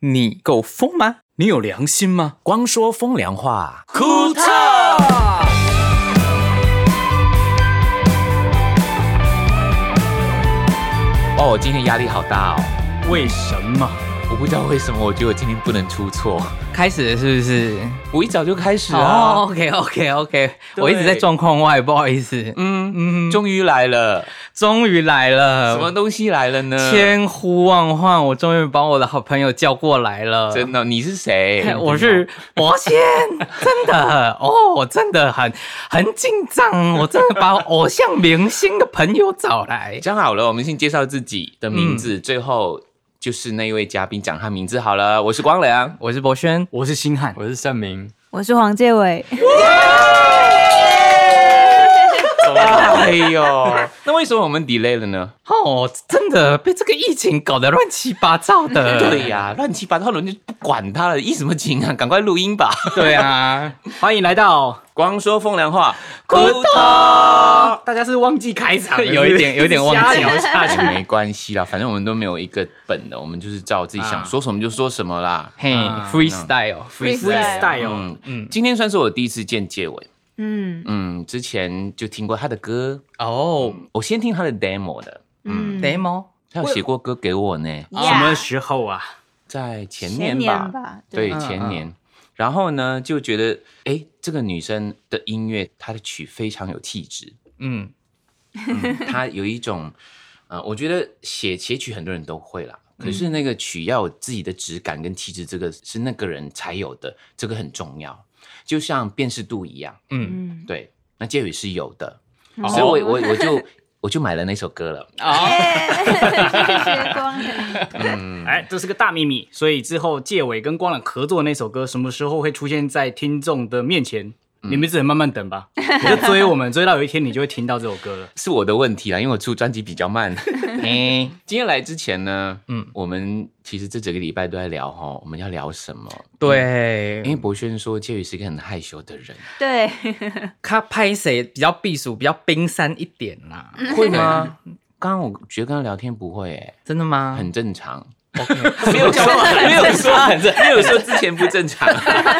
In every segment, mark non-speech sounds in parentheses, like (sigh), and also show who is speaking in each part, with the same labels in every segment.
Speaker 1: 你够疯吗？你有良心吗？
Speaker 2: 光说风凉话，
Speaker 1: 库特。
Speaker 2: 哦，我今天压力好大哦，
Speaker 1: 为什么
Speaker 2: 我不知道为什么，我觉得我今天不能出错，
Speaker 3: (laughs) 开始了是不是？
Speaker 2: 我一早就开始
Speaker 3: 哦、
Speaker 2: 啊，
Speaker 3: o k OK OK，
Speaker 2: 对
Speaker 3: 我一直在状况外，不好意思。
Speaker 2: 嗯嗯，呃终于来了，
Speaker 3: 终于来了，
Speaker 2: 什么东西来了呢？
Speaker 3: 千呼万唤，我终于把我的好朋友叫过来了。？
Speaker 2: 真的，啊你是谁 (laughs)
Speaker 3: 我是伯谦，真的哦，我真的很很紧张，我真的把偶像明星的朋友找来。
Speaker 2: 这样好了，我们先介绍自己的名字，最后就是那一位嘉宾讲他名字好了。我是光良，
Speaker 3: 我是博轩，
Speaker 1: 我是星汉，
Speaker 4: 我是盛明，
Speaker 5: 我是黄介伟，
Speaker 2: 哎呦， (laughs) 那为什么我们 delay 了呢？
Speaker 3: 哦，真的被这个疫情搞得乱七八糟
Speaker 2: (laughs)
Speaker 3: 的。
Speaker 2: 对呀、乱七八糟的，你就不管他了，疫什么情啊？赶快录音吧！
Speaker 3: 对啊，
Speaker 1: 欢迎来到。
Speaker 2: (laughs) 光说风凉话，
Speaker 3: 苦
Speaker 2: (laughs) 头
Speaker 1: 哦大家是忘记开场
Speaker 3: (laughs)
Speaker 1: 了，
Speaker 3: 有一点有一点忘
Speaker 1: 瞎
Speaker 3: 记
Speaker 1: 聊下去。
Speaker 2: 没关系啦，反正我们都没有一个本的，我们就是照自己想说什么就说什么啦。
Speaker 3: 嘿
Speaker 1: 啊
Speaker 3: ，freestyle，
Speaker 5: freestyle
Speaker 1: freestyle，
Speaker 2: 嗯嗯，今天算是我第一次见介伟，
Speaker 5: 嗯
Speaker 2: 嗯，之前就听过他的歌，
Speaker 3: 哦
Speaker 2: 我先听他的 demo 的，
Speaker 5: 嗯，
Speaker 3: ，demo。
Speaker 2: 他有写过歌给我呢，
Speaker 1: 什么
Speaker 5: Yeah
Speaker 1: 时候啊？
Speaker 2: 在前
Speaker 5: 前
Speaker 2: 年吧，
Speaker 5: 年吧
Speaker 2: 对
Speaker 5: 对，
Speaker 3: 嗯
Speaker 2: 前年。然后呢，就觉得哎，诶这个女生的音乐，她的曲非常有气 (laughs) 质，
Speaker 3: 嗯，
Speaker 2: 嗯它有一种，呃，我觉得写写曲很多人都会啦，可是那个曲要有自己的质感跟气质，这个是那个人才有的，这个很重要，就像辨识度一样，
Speaker 5: 嗯，
Speaker 2: 对，那介宇是有的，
Speaker 5: 嗯
Speaker 2: 所以我我我就我就买了那首歌了，
Speaker 5: 耶谢谢光良，
Speaker 1: 哎，这是个大秘密，所以之后介伟跟光良合作那首歌什么时候会出现在听众的面前？你们只能慢慢等
Speaker 5: (laughs)
Speaker 1: 吧，你就追我们，追到有一天你就会听到这首歌了。
Speaker 2: 是我的问题啦，因为我出专辑比较慢。
Speaker 3: 嘿，
Speaker 2: 今天来之前呢，嗯
Speaker 3: 嗯，
Speaker 2: 我们其实这整个礼拜都在聊哈，我们要聊什么？因为
Speaker 1: 嗯
Speaker 3: 对，
Speaker 2: 博轩说介宇是一个很害羞的人，
Speaker 5: 对， (laughs)
Speaker 3: 他拍谁比较避暑，比较冰山一点啦，
Speaker 2: 会吗？刚刚我觉得跟他聊天不会、欸，
Speaker 3: 真的吗？
Speaker 2: 很正常。
Speaker 3: OK，
Speaker 2: 没有说，没有说 (laughs) 很正，没有说之前不正常。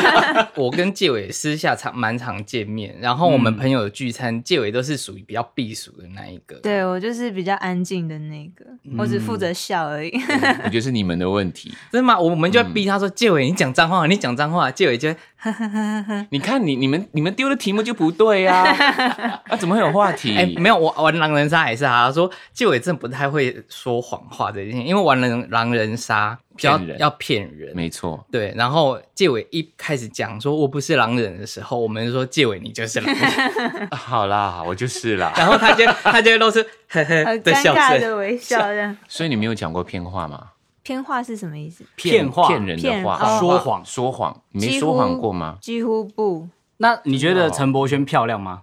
Speaker 3: (laughs) 我跟介伟私下常蛮常见面，然后我们朋友的聚餐，介伟都是属于比较避暑的那一个。
Speaker 5: 嗯对我就是比较安静的那个，我只负
Speaker 2: 嗯
Speaker 5: 责笑而已。
Speaker 2: 我觉得是你们的问题。
Speaker 3: 真的吗？我们就
Speaker 1: 嗯
Speaker 3: 会逼他说：“介伟，你讲脏话，你讲脏话。”介伟就会
Speaker 2: 你看你，你们你们丢的题目就不对啊！啊，怎么会有话题？
Speaker 3: 哎、没有，我玩狼人杀也是啊。他说介伟真的不太会说谎话这件事情，因为玩狼狼人杀比较
Speaker 2: 骗人
Speaker 3: 要骗人，
Speaker 2: 没错。
Speaker 3: 对，然后介伟一开始讲说我不是狼人的时候，我们就说介伟你就是狼人，。
Speaker 2: 啊好啦，我就是啦
Speaker 3: (laughs) 然后他就他就露出呵呵
Speaker 5: 很
Speaker 3: 的
Speaker 5: 尴
Speaker 3: 笑
Speaker 5: 尬
Speaker 3: 声。
Speaker 5: 的哦微笑，这样
Speaker 2: 所以你没有讲过骗话吗？
Speaker 5: 偏话是什么意思？
Speaker 1: 骗话
Speaker 2: 骗人的
Speaker 5: 骗
Speaker 2: 话，
Speaker 5: 哦
Speaker 1: 说谎
Speaker 2: 说谎，你
Speaker 5: 几
Speaker 2: 没
Speaker 5: 乎
Speaker 2: 说谎过吗？
Speaker 5: 几乎不，
Speaker 1: 那你觉得陈柏轩漂亮吗？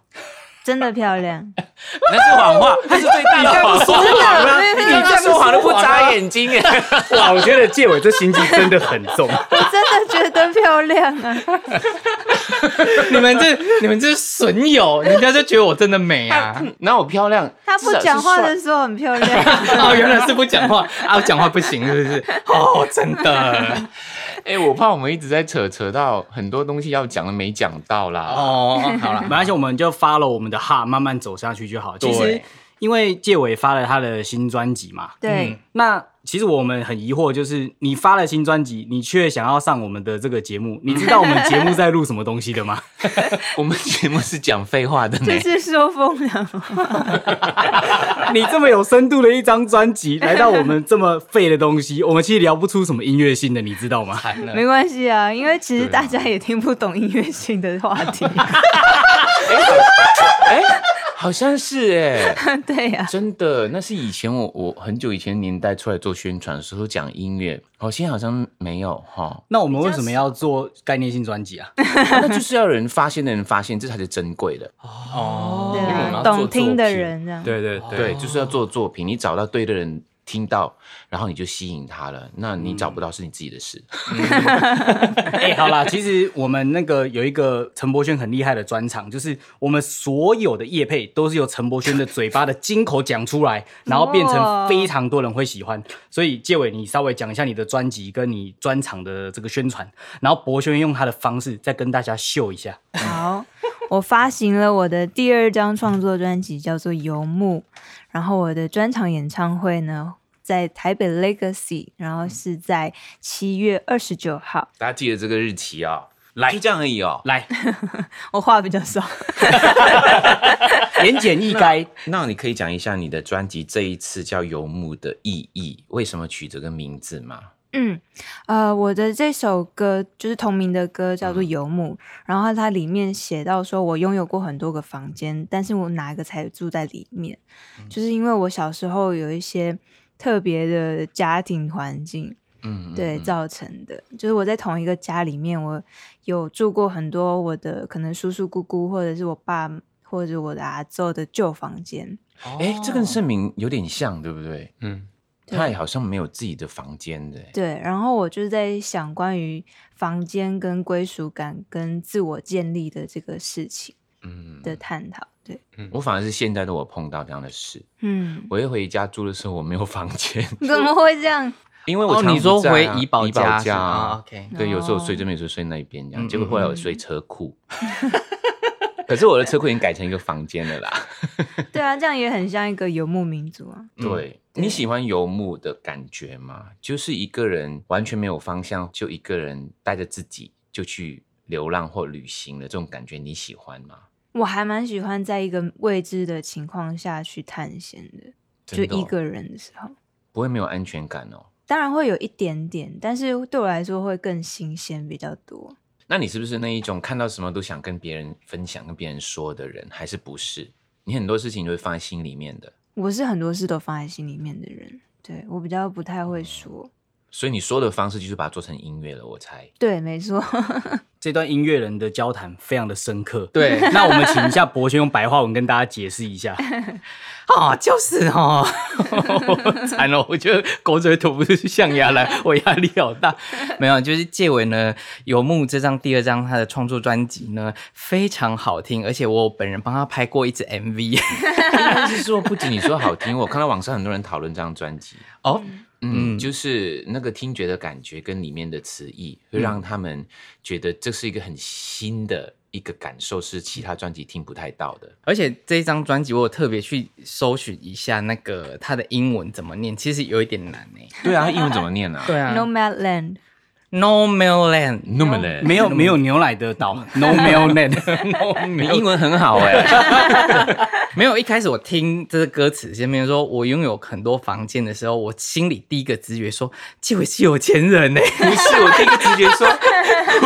Speaker 5: 真的漂
Speaker 2: (laughs)
Speaker 5: 亮，
Speaker 2: 那是谎
Speaker 5: (laughs)
Speaker 2: 话，那是最大的谎话。
Speaker 5: 真的没有没有
Speaker 2: 你
Speaker 5: 没有
Speaker 2: 刚说谎都不眨眼睛哎！ (laughs)
Speaker 1: 哇，我觉得介伟这心机真的很重。
Speaker 5: 我真的觉得漂亮啊！
Speaker 3: 你们这你们这是损友，人家就觉得我真的美啊。
Speaker 2: 哪有漂亮？
Speaker 5: 她不
Speaker 2: 至少是
Speaker 5: 讲话
Speaker 2: 帅
Speaker 5: 的时候很漂亮，啊
Speaker 3: 哦，原来是不讲话啊，讲话不行是不是？哦，真的
Speaker 2: 哎、我怕我们一直在扯扯到很多东西要讲的没讲到啦。
Speaker 5: (laughs)
Speaker 3: 哦，好
Speaker 1: 没
Speaker 3: 了，
Speaker 1: 关系，我们就 follow 我们的哈，慢慢走下去就好。其实
Speaker 3: 对
Speaker 1: 因为介伟发了他的新专辑嘛，
Speaker 5: 对，
Speaker 1: 那其实我们很疑惑，就是你发了新专辑，你却想要上我们的这个节目，你知道我们节目在录什么东西的吗？ (laughs)
Speaker 2: 我们节目是讲废话的呢。
Speaker 5: 就是说风凉啊话，
Speaker 1: 你这么有深度的一张专辑，来到我们这么废的东西，我们其实聊不出什么音乐性的，你知道吗？、
Speaker 3: 惨了。
Speaker 5: 没关系啊，因为其实
Speaker 2: 嗯对啊
Speaker 5: 大家也听不懂音乐性的话
Speaker 2: (laughs)
Speaker 5: 题，
Speaker 2: 哎、好像是哎、
Speaker 5: 对啊呀，
Speaker 2: 真的，那是以前我我很久以前年代出来做宣传的时候讲音乐，哦，现在好像没有哈
Speaker 1: 那我们为什么要做概念性专辑啊？
Speaker 2: 那就是要有人发现的人发现，这才是珍贵的。
Speaker 3: 哦
Speaker 5: 对
Speaker 2: 因为我们要
Speaker 5: 啊，
Speaker 2: 做
Speaker 5: 懂听的
Speaker 2: 作品
Speaker 5: 人这样。
Speaker 4: 对对
Speaker 2: 对，就是要做作品，你找到对的人听到，然后你就吸引他了，那你找不到是你自己的事。
Speaker 1: 哎、好啦，其实我们那个有一个陈柏轩很厉害的专场，就是我们所有的业配都是由陈柏轩的嘴巴的金口讲出来，然后变成非常多人会喜欢。所以介伟，你稍微讲一下你的专辑跟你专场的这个宣传，然后博轩用他的方式再跟大家秀一下。
Speaker 5: 好，我发行了我的第二张创作专辑，叫做《游牧》，然后我的专场演唱会呢，在台北 Legacy，然后是在七月二十九号。
Speaker 2: 大家记得这个日期哦，来就这样而已哦。
Speaker 3: (laughs)
Speaker 1: 来，
Speaker 5: 我话比较少，
Speaker 1: 言简意赅，
Speaker 2: 那你可以讲一下你的专辑这一次叫《游牧》的意义，为什么取这个名字吗？
Speaker 5: 嗯，呃，我的这首歌就是同名的歌，叫做《游牧》，然后它里面写到说，我拥有过很多个房间，但是我哪一个才住在里面？就是因为我小时候有一些特别的家庭环境，
Speaker 2: 嗯，嗯
Speaker 5: 对
Speaker 2: 嗯
Speaker 5: 造成的，就是我在同一个家里面，我有住过很多我的可能叔叔姑姑，或者是我爸或者我的阿昼的旧房间。
Speaker 3: 哦
Speaker 2: 哎、这跟盛明有点像，对不对？
Speaker 3: 嗯，
Speaker 5: 对
Speaker 2: 他也好像没有自己的房间的。
Speaker 5: 对，然后我就在想关于房间跟归属感跟自我建立的这个事情
Speaker 2: 嗯，
Speaker 5: 的探讨。对，
Speaker 2: 我反而是现在的我碰到这样的事。
Speaker 5: 嗯，
Speaker 2: 我一回家住的时候，我没有房间，
Speaker 5: 怎么会这样？
Speaker 2: (laughs) 因为我
Speaker 3: 哦，
Speaker 2: 常
Speaker 3: 你
Speaker 2: 不
Speaker 3: 说
Speaker 2: 在
Speaker 3: 回
Speaker 2: 啊
Speaker 3: 怡宝
Speaker 2: 怡宝
Speaker 3: 是
Speaker 2: 家啊
Speaker 3: 啊，OK，
Speaker 2: 对，有时候
Speaker 5: 哦
Speaker 2: 睡这边，有时候睡那边，这样。
Speaker 3: 嗯
Speaker 2: 结果后来我睡车库， (laughs) 可是我的车库已经改成一个房间了啦。
Speaker 5: 对啊，这样也很像一个游牧民族啊。
Speaker 2: (laughs) 对，
Speaker 5: 对
Speaker 2: 你喜欢游牧的感觉吗？就是一个人完全没有方向，就一个人带着自己就去流浪或旅行的这种感觉，你喜欢吗？
Speaker 5: 我还蛮喜欢在一个未知的情况下去探险的，就
Speaker 2: 真的哦
Speaker 5: 一个人的时候，
Speaker 2: 不会没有安全感哦。
Speaker 5: 当然会有一点点，但是对我来说会更新鲜比较多。
Speaker 2: 那你是不是那一种看到什么都想跟别人分享、跟别人说的人，还是不是？你很多事情都会放在心里面的，
Speaker 5: 我是很多事都放在心里面的人，对我比较不太会说。
Speaker 2: 所以你说的方式就是把它做成音乐了，我猜。
Speaker 5: 对，没错。
Speaker 1: 这段音乐人的交谈非常的深刻。
Speaker 3: 对
Speaker 1: 那我们请一下博轩用白话文跟大家解释一下。
Speaker 3: 哦，就是哦， (laughs) 惨了，我觉得口水吐不出象牙来，我压力好 (laughs) 大。没有，就是介伟呢，《游牧》这张第二张他的创作专辑呢非常好听，而且我本人帮他拍过一支 MV。
Speaker 2: 但是说不止你说好听，我看到网上很多人讨论这张专辑，
Speaker 3: (laughs) 哦，
Speaker 2: 嗯，
Speaker 3: 嗯
Speaker 2: 就是那个听觉的感觉跟里面的词义，会让他们觉得这是一个很新的一个感受，是其他专辑听不太到的。
Speaker 3: 而且这一张专辑我有特别去搜寻一下那个它的英文怎么念，其实有一点难欸诶。
Speaker 2: 对啊，英文怎么念 (laughs) 啊？
Speaker 3: 对啊
Speaker 2: (laughs)
Speaker 5: Nomadland，
Speaker 3: ，No Mail Land。
Speaker 2: 那么嘞，
Speaker 1: 没有没有牛奶的岛，No Mail Net。
Speaker 2: 你英文很好哎、
Speaker 3: 没有，一开始我听这个歌词，前面说我拥有很多房间的时候，我心里第一个直觉说，这位是有钱人欸 (laughs) 呢。
Speaker 2: 不是我第 (laughs) 一个直觉说，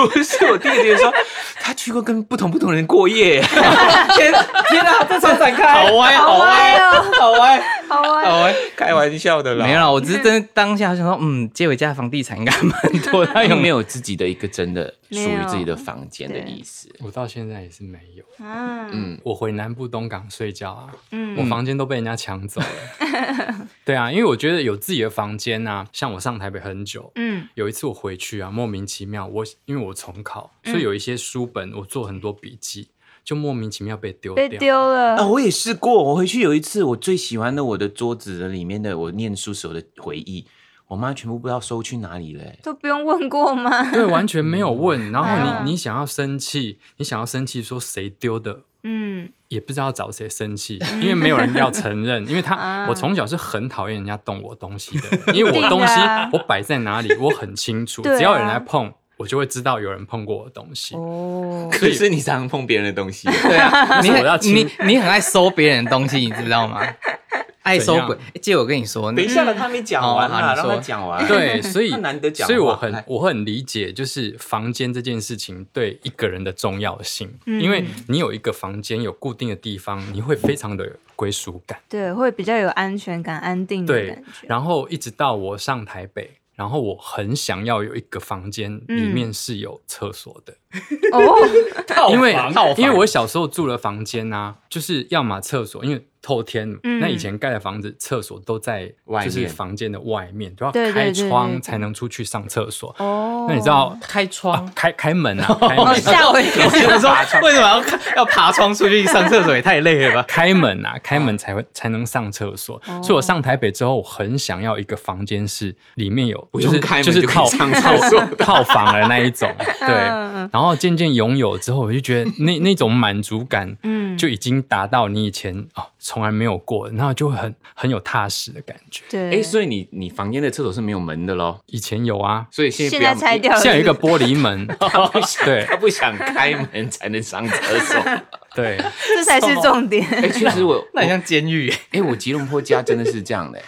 Speaker 2: 不是我第一个直觉说，他去过跟不同不同人过夜。
Speaker 3: 天天啊，这超展开，好歪，好歪，
Speaker 5: 哎呦，
Speaker 3: 好歪，
Speaker 5: 好啊！
Speaker 2: 哦
Speaker 3: 好歪。
Speaker 2: (laughs) 开玩笑的
Speaker 3: 没有啦，我只是真的当下想说，嗯，杰伟家的房地产应该蛮多的，他
Speaker 2: 他有
Speaker 3: 有
Speaker 2: 没
Speaker 3: 没有？
Speaker 2: 有自己的一个真的
Speaker 5: 没
Speaker 2: 属
Speaker 5: 有
Speaker 2: 于自己的房间的
Speaker 5: 对
Speaker 2: 意思？
Speaker 4: 我到现在也是没有。
Speaker 5: 嗯
Speaker 2: 嗯，
Speaker 4: 我回南部东港睡觉啊，我
Speaker 5: 嗯
Speaker 4: 房间都被人家抢走了。
Speaker 5: (laughs)
Speaker 4: 对啊，因为我觉得有自己的房间啊，像我上台北很久。
Speaker 5: 嗯
Speaker 4: 有一次我回去啊，莫名其妙，我因为我重考，所
Speaker 5: 嗯
Speaker 4: 以有一些书本我做很多笔记，就莫名其妙被丢
Speaker 5: 被
Speaker 4: 掉。
Speaker 5: 丢
Speaker 2: 啊，
Speaker 5: 了。
Speaker 2: 我也试过。我回去有一次，我最喜欢的我的桌子里面的我念书时候的回忆，我妈全部不知道收去哪里了欸、
Speaker 5: 都不用问过吗？
Speaker 4: 对，完全没有
Speaker 5: (laughs)
Speaker 4: 问。然后
Speaker 5: 啊
Speaker 4: 你你想要生气，你想要生气说谁丢的，
Speaker 5: 嗯
Speaker 4: 也不知道找谁生气，因为没有人要承
Speaker 5: (laughs)
Speaker 4: 认，因为他、
Speaker 5: 啊
Speaker 4: 我从小是很讨厌人家动我东西
Speaker 5: (laughs)
Speaker 4: 的，因为我东
Speaker 5: 一
Speaker 4: 西
Speaker 5: 定的啊
Speaker 4: 我摆在哪里我很清楚，
Speaker 5: 对啊
Speaker 4: 只要有人来碰，我就会知道有人碰过我的东
Speaker 2: 嗯
Speaker 4: 西。
Speaker 5: 哦，
Speaker 4: 所以
Speaker 2: 是你常碰别人的东西，
Speaker 3: 对啊，你
Speaker 4: 我要
Speaker 3: 很
Speaker 4: 亲
Speaker 3: 你 (laughs) 你很爱收别人的东西，你知道吗？ (laughs) 爱收
Speaker 4: 怎样
Speaker 3: 鬼。杰伟，我跟你说，
Speaker 2: (laughs) 等一下了，他没讲完
Speaker 3: 哦好
Speaker 2: 啦，
Speaker 3: 你
Speaker 2: 让
Speaker 3: 说
Speaker 2: 他讲完。 (laughs)
Speaker 4: 对，所以
Speaker 2: 那难得讲话
Speaker 4: 所以我很
Speaker 2: 哎
Speaker 4: 我很理解，就是房间这件事情对一个人的重要性，
Speaker 5: 嗯
Speaker 4: 因为你有一个房间，有固定的地方，你会非常的有归属感。
Speaker 5: 对，会比较有安全感、安定的
Speaker 4: 对
Speaker 5: 嗯感觉。，
Speaker 4: 然后一直到我上台北，然后我很想要有一个房间里
Speaker 5: 嗯
Speaker 4: 面是有厕所的，
Speaker 5: 哦，
Speaker 4: 因为
Speaker 1: 套房
Speaker 4: 因为我小时候住的房间啊，就是要么厕所，因为透天，
Speaker 5: 嗯
Speaker 4: 那以前盖的房子厕所都在
Speaker 2: 外
Speaker 4: 就是
Speaker 2: 面
Speaker 4: 房间的外面，都要
Speaker 5: 对对
Speaker 4: 开
Speaker 5: 对对对
Speaker 4: 窗才能出去上厕所。
Speaker 5: 哦
Speaker 4: 那你知道
Speaker 3: 开窗
Speaker 4: 啊开开
Speaker 1: (laughs)
Speaker 4: 门啊，开门
Speaker 5: 吓我一跳
Speaker 3: (laughs) 我想说，为什么要看要爬窗出去上 (laughs) 厕所也太累了吧？
Speaker 4: 开门啊，开门才会才能上厕所。
Speaker 5: 嗯哦
Speaker 4: 所以我上台北之后，我很想要一个房间是里面有，
Speaker 2: 不
Speaker 4: 就
Speaker 2: 用
Speaker 4: 是
Speaker 2: 开门
Speaker 4: 就是
Speaker 2: 就可以
Speaker 4: 套
Speaker 2: 上
Speaker 4: 套
Speaker 2: 厕所
Speaker 4: (laughs) 套房的那
Speaker 5: (laughs)
Speaker 4: 一种。对
Speaker 5: 嗯嗯，
Speaker 4: 然后渐渐拥有之后，我就觉得那那种满足感，
Speaker 5: 嗯
Speaker 4: 就已经达到你以前哦从来没有过，然后就会很很有踏实的感觉。
Speaker 5: 对，
Speaker 2: 哎，所以你你房间的厕所是没有门的喽，
Speaker 4: 以前有啊，
Speaker 5: (laughs)
Speaker 2: 所以现在
Speaker 5: 现
Speaker 2: 不要 (laughs)
Speaker 5: 在拆掉了，
Speaker 4: 现在有一个玻
Speaker 5: (laughs)
Speaker 4: 璃门，对
Speaker 2: 他不想开门才能上厕所。
Speaker 4: 对，
Speaker 5: 这才是重点。
Speaker 2: 哎，其实 (laughs) 我
Speaker 3: (laughs) 那很像监狱耶
Speaker 2: 哎，我吉隆坡家真的是这样的，欸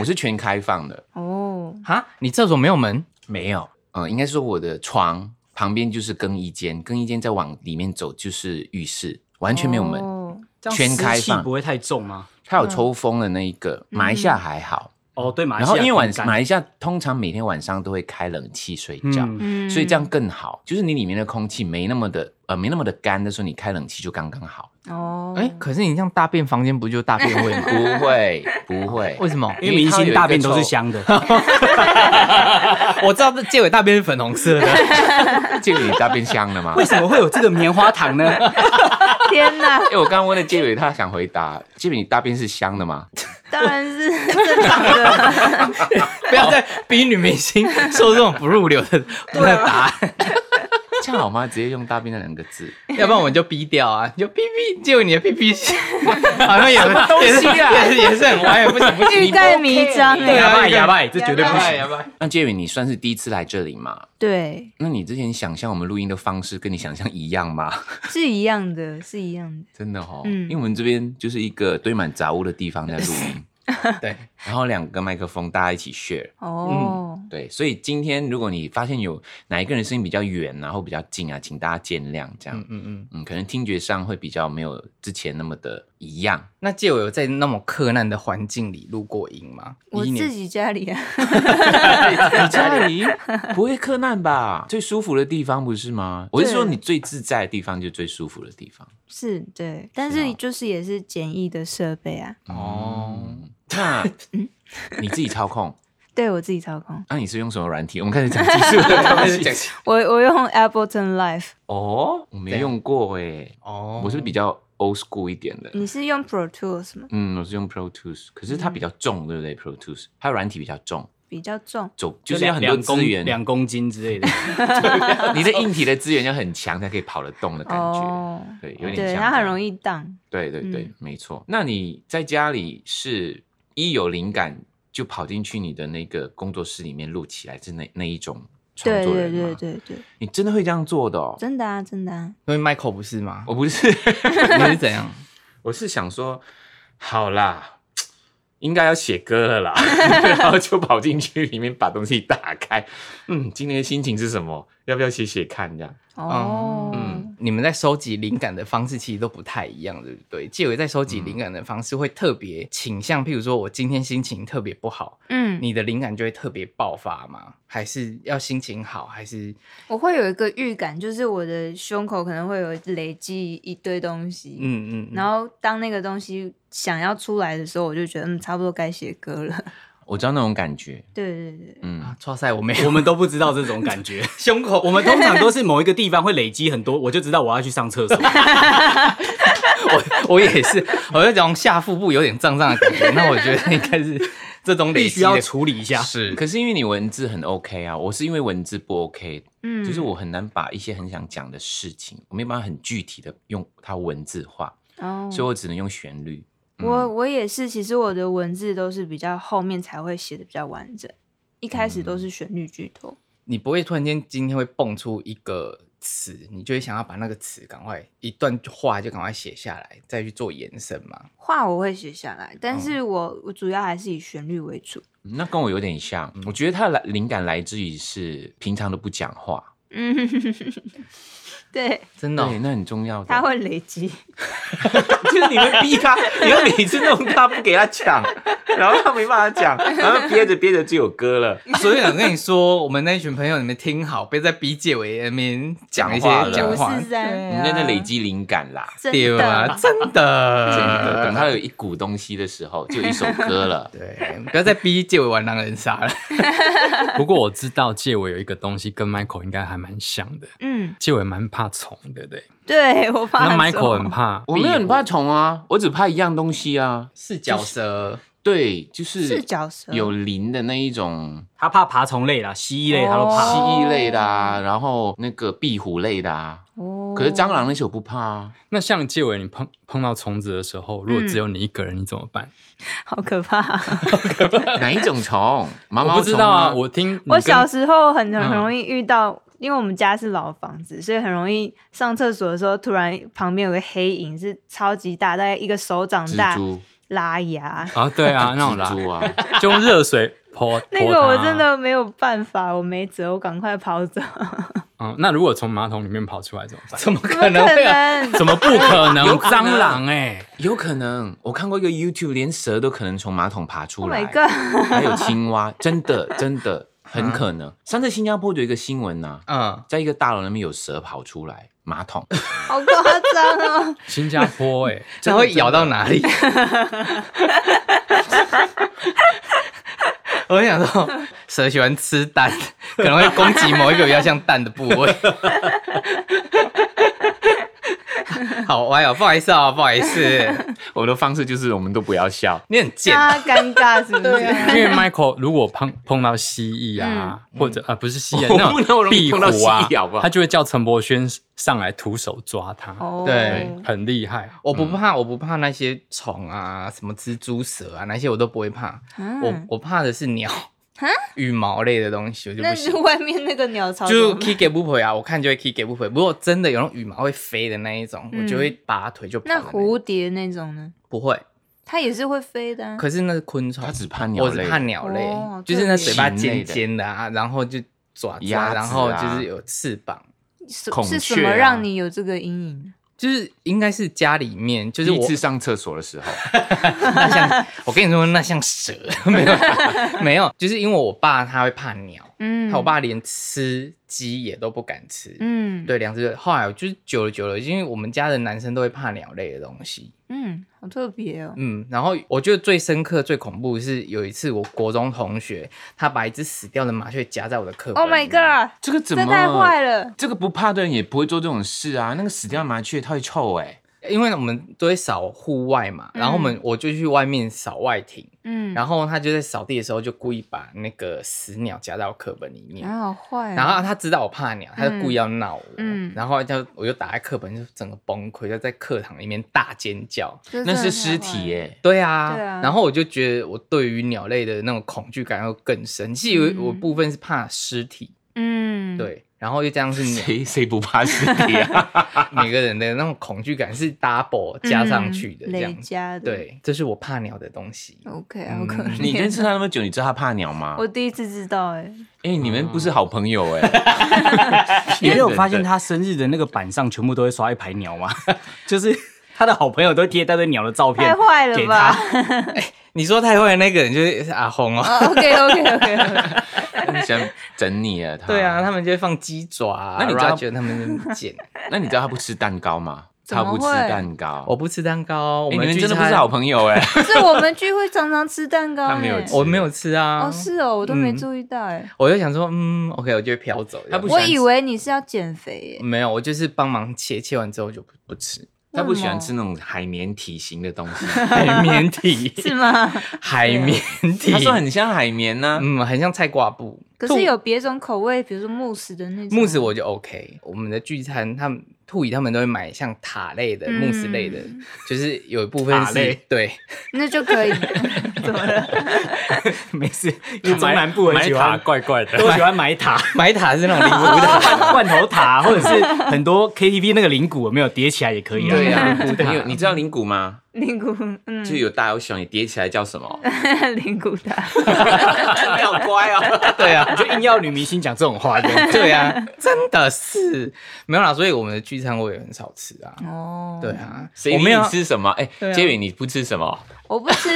Speaker 2: 我是全开放的，
Speaker 5: 哦，
Speaker 3: 啊！你厕所没有门，
Speaker 2: 没有，嗯，应该说我的床旁边就是更衣间，更衣间再往里面走就是浴室，完全没有门，
Speaker 5: 哦
Speaker 1: 这样
Speaker 2: 全
Speaker 1: 湿
Speaker 2: 开
Speaker 1: 气
Speaker 2: 放
Speaker 1: 不会太重吗？
Speaker 2: 它有抽风的那一个，马来西亚还好。
Speaker 1: 哦，对，马来
Speaker 2: 然
Speaker 1: 西
Speaker 2: 后
Speaker 1: 亚
Speaker 2: 因为晚
Speaker 1: 更干
Speaker 2: 马来西亚通常每天晚上都会开冷气睡觉，
Speaker 1: 嗯，
Speaker 5: 嗯
Speaker 2: 所以这样更好，就是你里面的空气没那么的呃没那么的干的时候，你开冷气就刚刚好，
Speaker 5: 哦，
Speaker 3: 哎、可是你这样大便房间不就大便味吗？
Speaker 2: 不会不会，
Speaker 3: 为什么？
Speaker 1: 因为明星大便都是香的， (laughs)
Speaker 3: 我知道这结尾大便是粉红色的，
Speaker 2: 介伟大便香了吗？
Speaker 1: 为什么会有这个棉花
Speaker 2: (laughs)
Speaker 1: 糖呢？
Speaker 5: 天哪，
Speaker 2: 哎因为我刚刚问了介伟，他想回答介伟，你大便是香的吗？
Speaker 5: 当然是 (laughs) 正常的。
Speaker 2: (laughs)
Speaker 3: 不要再逼女明星说这种不入流的的答案，
Speaker 2: 这样好吗？直接用大便这两个字，
Speaker 3: 要不然我们就逼掉啊！你就逼逼，结果你的屁屁好像也是也是
Speaker 2: (laughs)
Speaker 3: 也是也是很歪，不行不行，
Speaker 5: 欲盖弥彰
Speaker 3: 对
Speaker 1: 啊
Speaker 5: 哎，
Speaker 1: 哑
Speaker 3: 啊
Speaker 1: 巴哑巴，这绝对不行。
Speaker 3: 哑巴。
Speaker 2: 那介伟，你算是第一次来这里嘛？
Speaker 5: 对，啊
Speaker 2: 那你之前想象我们录音的方式跟你想象一样吗？
Speaker 5: 是一样的，是一样的。
Speaker 2: 真的哦，
Speaker 5: 嗯
Speaker 2: 因为我们这边就是一个堆满杂物的地方在录
Speaker 5: (laughs)
Speaker 2: 音，
Speaker 3: 对，
Speaker 2: 然后两个麦克风大家一起 share，
Speaker 5: 哦，
Speaker 2: 对，所以今天如果你发现有哪一个人声音比较远，然后比较近啊，请大家见谅，这样，
Speaker 3: 嗯
Speaker 2: 嗯
Speaker 3: 嗯嗯。
Speaker 2: 可能听觉上会比较没有之前那么的一样。
Speaker 3: 那结尾有在那么克难的环境里录过音吗？
Speaker 5: 我
Speaker 3: 一
Speaker 5: 自
Speaker 3: 年
Speaker 5: 己家里啊，
Speaker 2: 你 (laughs) 家里不会克难吧？最舒服的地方不是吗？我是说
Speaker 5: 对
Speaker 2: 你最自在的地方就最舒服的地方。
Speaker 5: 是对，但
Speaker 2: 是
Speaker 5: 是
Speaker 2: 啊
Speaker 5: 就是也是简易的设备啊，
Speaker 2: 哦，
Speaker 5: (laughs)
Speaker 2: 那
Speaker 5: 嗯
Speaker 2: 你自己操控，啊
Speaker 5: 对我自己操控。
Speaker 2: 那、你是用什么软体？我们开始讲技术了，开始讲。
Speaker 5: 我我用 Ableton Live，
Speaker 2: 哦，我没用过诶，
Speaker 3: 哦
Speaker 2: 我是比较 old school 一点的。
Speaker 5: 你是用 Pro Tools 吗？
Speaker 2: 嗯，我是用 Pro Tools，可是它比较重，对不对？Pro Tools 它软体比较重，
Speaker 5: 比较重，
Speaker 2: 走就是要很多资源，
Speaker 1: 两公斤之类的。 (laughs)
Speaker 2: (laughs) 你的硬体的资源要很强才可以跑得动的感觉。
Speaker 5: 哦，
Speaker 2: 对，有点
Speaker 5: 对，
Speaker 2: 像。
Speaker 5: 它很
Speaker 2: 易。
Speaker 5: 容易荡。
Speaker 2: 对对对
Speaker 5: 嗯，
Speaker 2: 没错。那你在家里是一有灵感就跑进去你的那个工作室里面录起来，是那那一种创
Speaker 5: 对
Speaker 2: 作
Speaker 5: 对
Speaker 2: 人
Speaker 5: 对
Speaker 2: 吗？
Speaker 5: 对对，
Speaker 2: 你真的会这样做的哦？
Speaker 5: 真的啊，真的啊。
Speaker 3: 因为 Michael 不是吗？
Speaker 2: 我不是，
Speaker 3: 你是怎样？
Speaker 2: 我是想说，好啦，应该要写歌了啦， (laughs) 然后就跑进去里面把东西打开，嗯，今天的心情是什么？要不要写写看？这样
Speaker 5: 哦，
Speaker 2: 嗯
Speaker 3: 你们在收集灵感的方式其实都不太一样，对不对？介伟在收集灵感的方式会特别倾向，譬如说我今天心情特别不好，
Speaker 5: 嗯，
Speaker 3: 你的灵感就会特别爆发吗？还是要心情好？还是
Speaker 5: 我会有一个预感，就是我的胸口可能会有累积一堆东西，
Speaker 3: 嗯嗯，
Speaker 5: 然后当那个东西想要出来的时候，我就觉得嗯，差不多该写歌了。 (laughs)
Speaker 2: 我知道那种感觉，
Speaker 5: 对对对，
Speaker 2: 嗯，
Speaker 3: 啊，错赛我没有
Speaker 1: 我们都不知道这种
Speaker 2: (laughs)
Speaker 1: 感觉。
Speaker 3: 胸口，
Speaker 1: 我们通常都是某一个地方会累积很多，我就知道我要去
Speaker 2: (laughs)
Speaker 1: 上厕所。
Speaker 3: 我我也是，我就讲下腹部有点胀胀的感觉，那我觉得应该是这种累
Speaker 1: 必
Speaker 3: 积
Speaker 1: 须
Speaker 3: 的
Speaker 1: 要处理
Speaker 2: (laughs)
Speaker 1: 一下。
Speaker 3: 是
Speaker 2: 嗯可是因为你文字很 OK 啊，我是因为文字不 OK，
Speaker 5: 嗯，
Speaker 2: 就是我很难把一些很想讲的事情，我没有办法很具体的用它文字化，
Speaker 5: 哦，
Speaker 2: 所以我只能用旋律。嗯
Speaker 5: 我我也是，其实我的文字都是比较后面才会写的比较完整，一开
Speaker 2: 嗯
Speaker 5: 始都是旋律居多。
Speaker 3: 你不会突然间今天会蹦出一个词，你就会想要把那个词赶快一段话就赶快写下来，再去做延伸嘛？
Speaker 5: 话我会写下来，但是
Speaker 2: 哦
Speaker 5: 我我主要还是以旋律为主。 (laughs)
Speaker 2: 嗯那跟我有点像，我觉得他来灵感来自于是平常都不讲话，
Speaker 5: 嗯，对，
Speaker 3: 真的哦、
Speaker 2: 对，那很重要的。
Speaker 5: 它会累积。
Speaker 2: 就是你们逼他，你们啊每次弄他不给他讲，然后他没办法
Speaker 1: (laughs)
Speaker 2: 讲，然后憋着憋着就有歌了。
Speaker 3: 所以我跟你说，我们那一群朋友，你们听好，别再逼解围那边讲一些
Speaker 2: 讲话了
Speaker 3: 讲话
Speaker 5: 五，四三
Speaker 3: 对
Speaker 2: 你
Speaker 3: 啊
Speaker 2: 在那累积灵感啦，
Speaker 5: 真
Speaker 3: 对啊，
Speaker 5: 的，
Speaker 3: 真
Speaker 2: 真的，
Speaker 3: 的，。
Speaker 2: 等他有一股东西的时候，就有一首歌了
Speaker 3: 对，不要再逼解围玩狼人杀了。
Speaker 4: 不过我知道借尾有一个东西跟 Michael 应该还蛮像的，
Speaker 5: 嗯，
Speaker 4: 借尾蛮怕虫，对不对？
Speaker 5: 对我怕
Speaker 4: 那
Speaker 5: 虫
Speaker 4: Michael 很怕壁虎，
Speaker 2: (laughs) 我没有很怕虫啊，我只怕一样东西啊，
Speaker 3: 四脚蛇，
Speaker 2: 对，就是
Speaker 5: 是角蛇，
Speaker 2: 有鳞的那一种
Speaker 1: 他怕爬虫类啦、蜥蜴类，他都怕。
Speaker 2: 蜥
Speaker 5: 哦
Speaker 2: 蜴类的啊，然后那个壁虎类的啊。
Speaker 5: 哦
Speaker 2: 可是蟑螂那些我不怕啊，
Speaker 4: 那像借尾，你碰碰到虫子的时候，如
Speaker 5: 嗯
Speaker 4: 果只有你一个人，你怎么办？
Speaker 5: 好
Speaker 2: (laughs)
Speaker 5: 可怕。
Speaker 2: 哪一种虫？毛
Speaker 4: 我
Speaker 2: 毛
Speaker 4: 不知
Speaker 2: 虫
Speaker 4: 道啊，
Speaker 2: 吗？
Speaker 4: 我听你
Speaker 5: 嗯我
Speaker 4: 跟
Speaker 5: 小时候很很
Speaker 4: 嗯
Speaker 5: 容易遇到，因为我们家是老房子，所以很容易上厕所的时候，突然旁边有个黑影，是超级大，大概一个手掌
Speaker 2: 蜘
Speaker 5: 大，
Speaker 2: 蛛
Speaker 5: 拉牙。
Speaker 4: 啊，对
Speaker 2: (laughs)
Speaker 4: 啊，那种
Speaker 2: 蜘
Speaker 4: 啦，
Speaker 2: 蛛啊，
Speaker 4: (laughs) 就用热水泼。
Speaker 5: (laughs) 那
Speaker 4: 泼
Speaker 5: 个
Speaker 4: 它啊
Speaker 5: 我真，的没有办法，我没辙，我赶快跑走。
Speaker 4: 嗯，那如果从马桶里面跑出来怎么办？
Speaker 3: 怎么
Speaker 5: 怎么
Speaker 3: 可能
Speaker 5: 可
Speaker 3: 会有？
Speaker 5: 能？
Speaker 4: 怎么不可能？
Speaker 2: (laughs) 有可能
Speaker 4: 蟑螂哎、
Speaker 2: 有可能，我看过一个 YouTube，连蛇都可能从马桶爬出
Speaker 5: Oh
Speaker 2: 来
Speaker 5: my god！
Speaker 2: 还有青蛙，真的真的很可能。上次新加坡有一个新闻呐、
Speaker 3: 嗯，
Speaker 2: 在一个大楼里面有蛇跑出来马桶， (laughs)
Speaker 5: 好夸张哦！
Speaker 4: (laughs) 新加坡哎、
Speaker 3: 这会咬到哪里？我想说，蛇喜欢吃蛋，可能会攻击某一个比较像蛋的部位。好歪哦，不好意思哦，不好意思，
Speaker 2: 我的方式就是我们都不要笑。
Speaker 3: 你很贱。
Speaker 5: 啊，尴尬是不是？
Speaker 4: (laughs) 因为 Michael 如果碰碰到蜥蜴啊，
Speaker 5: 嗯
Speaker 4: 或者啊、不是蜥蜴，
Speaker 2: 我
Speaker 4: 那
Speaker 2: 不能
Speaker 4: 种
Speaker 2: 容易
Speaker 4: 壁
Speaker 2: 碰到
Speaker 4: 虎啊
Speaker 2: 蜥蜴好不好，
Speaker 4: 他就会叫陈柏轩上来徒手抓他，
Speaker 5: 哦，
Speaker 3: 对
Speaker 4: 很厉害。啊
Speaker 3: 我不怕，我不怕那些虫啊，什么蜘蛛、蛇啊，那些我都不会怕。
Speaker 5: 啊
Speaker 3: 我我怕的是
Speaker 5: (laughs)
Speaker 3: 鸟，羽毛类的东西我就
Speaker 5: 那
Speaker 3: 不
Speaker 5: 是
Speaker 3: 行。
Speaker 5: 外面那个鸟
Speaker 3: (laughs)
Speaker 5: 巢，
Speaker 3: 就是 kick 给不回啊，我看就会 kick 给不回。不过真的有那种羽毛会飞的那一种，
Speaker 5: 嗯
Speaker 3: 我就会拔腿就跑的
Speaker 5: 那
Speaker 3: 那种。
Speaker 5: 蝴蝶那种呢？
Speaker 3: 不会，
Speaker 5: 它也是会飞的啊。
Speaker 3: 可是那是昆虫，
Speaker 2: 他只怕鸟
Speaker 3: 我只
Speaker 2: 类，
Speaker 3: 怕鸟类
Speaker 5: 哦，
Speaker 3: 就是那
Speaker 5: 特别
Speaker 3: 嘴巴尖尖的啊，然后就爪子
Speaker 2: 鸭
Speaker 3: 啊，
Speaker 2: 子啊
Speaker 3: 然后就是有翅膀。
Speaker 5: 是
Speaker 2: 孔
Speaker 5: 是什
Speaker 2: 雀
Speaker 5: 么
Speaker 2: 啊
Speaker 5: 让你有这个阴影？
Speaker 3: 就是应该是家里面，就
Speaker 2: 就是是第一
Speaker 3: 我
Speaker 2: 次上厕所的时候，
Speaker 3: 那像，我跟你说那像 (laughs) 蛇，没有没有，就是因为我爸他会怕鸟，
Speaker 5: 嗯，
Speaker 3: 他我，爸连吃鸡也都不敢吃，
Speaker 5: 嗯，，
Speaker 3: 对，两只。后来我就是久了久了，因为我们家的男生都会怕鸟类的东西，
Speaker 5: 嗯，好特别哦。
Speaker 3: 嗯，然后我觉得最深刻、最恐怖的是有一次我国中同学，他把一只死掉的麻雀夹在我的课本
Speaker 5: Oh
Speaker 3: 里面。
Speaker 5: my god！
Speaker 2: 这个怎
Speaker 5: 这
Speaker 2: 么
Speaker 5: 太坏了。
Speaker 2: 这个不怕的人也不会做这种事啊！那个死掉的麻雀它会臭哎、
Speaker 3: 因为我们都会扫户外嘛，然后我们我就去外面扫外庭，
Speaker 5: 嗯，
Speaker 3: 然后他就在扫地的时候就故意把那个死鸟夹到课本里面。
Speaker 5: 啊，好坏哦。
Speaker 3: 然后他知道我怕鸟，他就故意要闹我，
Speaker 5: 嗯嗯
Speaker 3: 然后就我就打开课本，就整个崩溃，就在课堂里面大尖叫。
Speaker 5: 这真
Speaker 2: 那
Speaker 5: 的
Speaker 2: 是
Speaker 5: 太
Speaker 2: 尸
Speaker 5: 坏了
Speaker 2: 体。哎、
Speaker 3: 对啊，
Speaker 5: 对啊
Speaker 3: 然后我就觉得我对于鸟类的那种恐惧感又更深，其实
Speaker 5: 嗯
Speaker 3: 我我部分是怕尸体，
Speaker 5: 嗯，，
Speaker 3: 对，然后又加上是鸟，
Speaker 2: 谁谁不怕尸体
Speaker 5: (laughs)
Speaker 2: 啊？
Speaker 3: (laughs) 每个人的那种恐惧感是 double 加上去的这
Speaker 5: 嗯累
Speaker 3: 样子。
Speaker 5: 加的。
Speaker 3: 对，这是我怕鸟的东西。
Speaker 5: ，OK，好可
Speaker 3: 嗯
Speaker 5: 怜。
Speaker 2: 你认识他那么久，你知道他怕鸟吗？
Speaker 5: 我第一次
Speaker 3: (laughs)
Speaker 5: 知道，哎，
Speaker 2: 哎、你们
Speaker 3: 嗯
Speaker 2: 不是好朋友欸哎、欸，
Speaker 3: (laughs)
Speaker 1: (laughs) 你没有发现他生日的那个板上全部都会刷一排鸟吗？ (laughs) 就是他的好朋友都贴一大堆鸟的照
Speaker 5: 太
Speaker 1: 片
Speaker 5: 坏了
Speaker 1: 给他
Speaker 5: 吧。
Speaker 3: 你说太会的那个人就是阿红哦。 (laughs)
Speaker 5: OK，OK，OK。
Speaker 2: 很想整你啊他。
Speaker 3: 对啊，， (laughs) 他们就会放鸡爪、啊，
Speaker 2: 那你知道
Speaker 3: 然后觉得他们很贱。
Speaker 2: 那你知道他不吃蛋糕吗？
Speaker 5: 怎
Speaker 2: 他
Speaker 5: 么
Speaker 2: 不吃
Speaker 5: 会
Speaker 2: 蛋糕，
Speaker 3: (laughs) 我不吃蛋糕，
Speaker 2: 欸
Speaker 3: 我
Speaker 2: 你
Speaker 3: 们
Speaker 2: 们
Speaker 3: 聚
Speaker 2: 真的不
Speaker 3: 餐
Speaker 2: 是好朋友哎、
Speaker 5: 是我们聚会常常吃蛋糕，
Speaker 2: 他没有
Speaker 5: 哎
Speaker 2: 吃
Speaker 3: 我没有吃啊。
Speaker 5: 哦，是哦，我都没
Speaker 3: 嗯
Speaker 5: 注意到，哎，
Speaker 3: 我就想说，嗯，OK，我就会飘走这样。
Speaker 2: 他不喜
Speaker 5: 我
Speaker 2: 欢吃
Speaker 5: 以为你是要减肥，哎
Speaker 3: 没有，我就是帮忙切，切完之后就不不吃。
Speaker 2: 他不喜欢
Speaker 5: 为什
Speaker 2: 吃那种海绵体型的东 (laughs) 西，
Speaker 3: 海绵体，(laughs)
Speaker 5: 是吗？
Speaker 3: 海
Speaker 5: 啊
Speaker 3: 绵体，
Speaker 2: 他说很像海绵啊呢、
Speaker 3: 嗯，很像菜瓜布。
Speaker 5: 可
Speaker 3: 兔
Speaker 5: 是有别种口味，比如说慕斯的那种。
Speaker 3: 慕斯我就 OK。我们的聚餐，他们兔姨他们都会买像塔类的、慕斯类的，就是有一部分
Speaker 1: 塔
Speaker 3: 是
Speaker 1: 类
Speaker 3: 对，
Speaker 5: 那
Speaker 3: (laughs)
Speaker 5: 就可以。
Speaker 1: 没事，因为中南部很
Speaker 4: 买
Speaker 1: 喜
Speaker 4: 塔
Speaker 1: 欢，
Speaker 4: 怪怪的， (laughs)
Speaker 1: 都喜欢买
Speaker 5: (laughs)
Speaker 1: 塔。
Speaker 3: 买塔是那种
Speaker 1: (laughs)
Speaker 3: 礼物塔。
Speaker 1: 罐罐头塔，或者是很多 KTV 那个铃鼓，有没有叠起来也可以
Speaker 2: (laughs)
Speaker 1: 啊。
Speaker 3: 对啊，
Speaker 2: 你有你知道灵骨吗？
Speaker 5: 灵骨，嗯，
Speaker 2: 就有大有小，你叠起来叫什 (laughs) 么？
Speaker 5: (laughs) 灵骨塔，
Speaker 2: 你好乖哦。
Speaker 3: 对啊，
Speaker 1: 你就硬要女明星讲这种话，
Speaker 3: 对啊，真的是没有啦，所以我们的聚餐我也很少吃啊。
Speaker 5: 哦，
Speaker 3: 对，啊，
Speaker 2: 谁
Speaker 3: 我没有
Speaker 2: 你吃什么？哎、
Speaker 3: 对啊
Speaker 2: 杰宇你不吃什么
Speaker 5: 我不吃，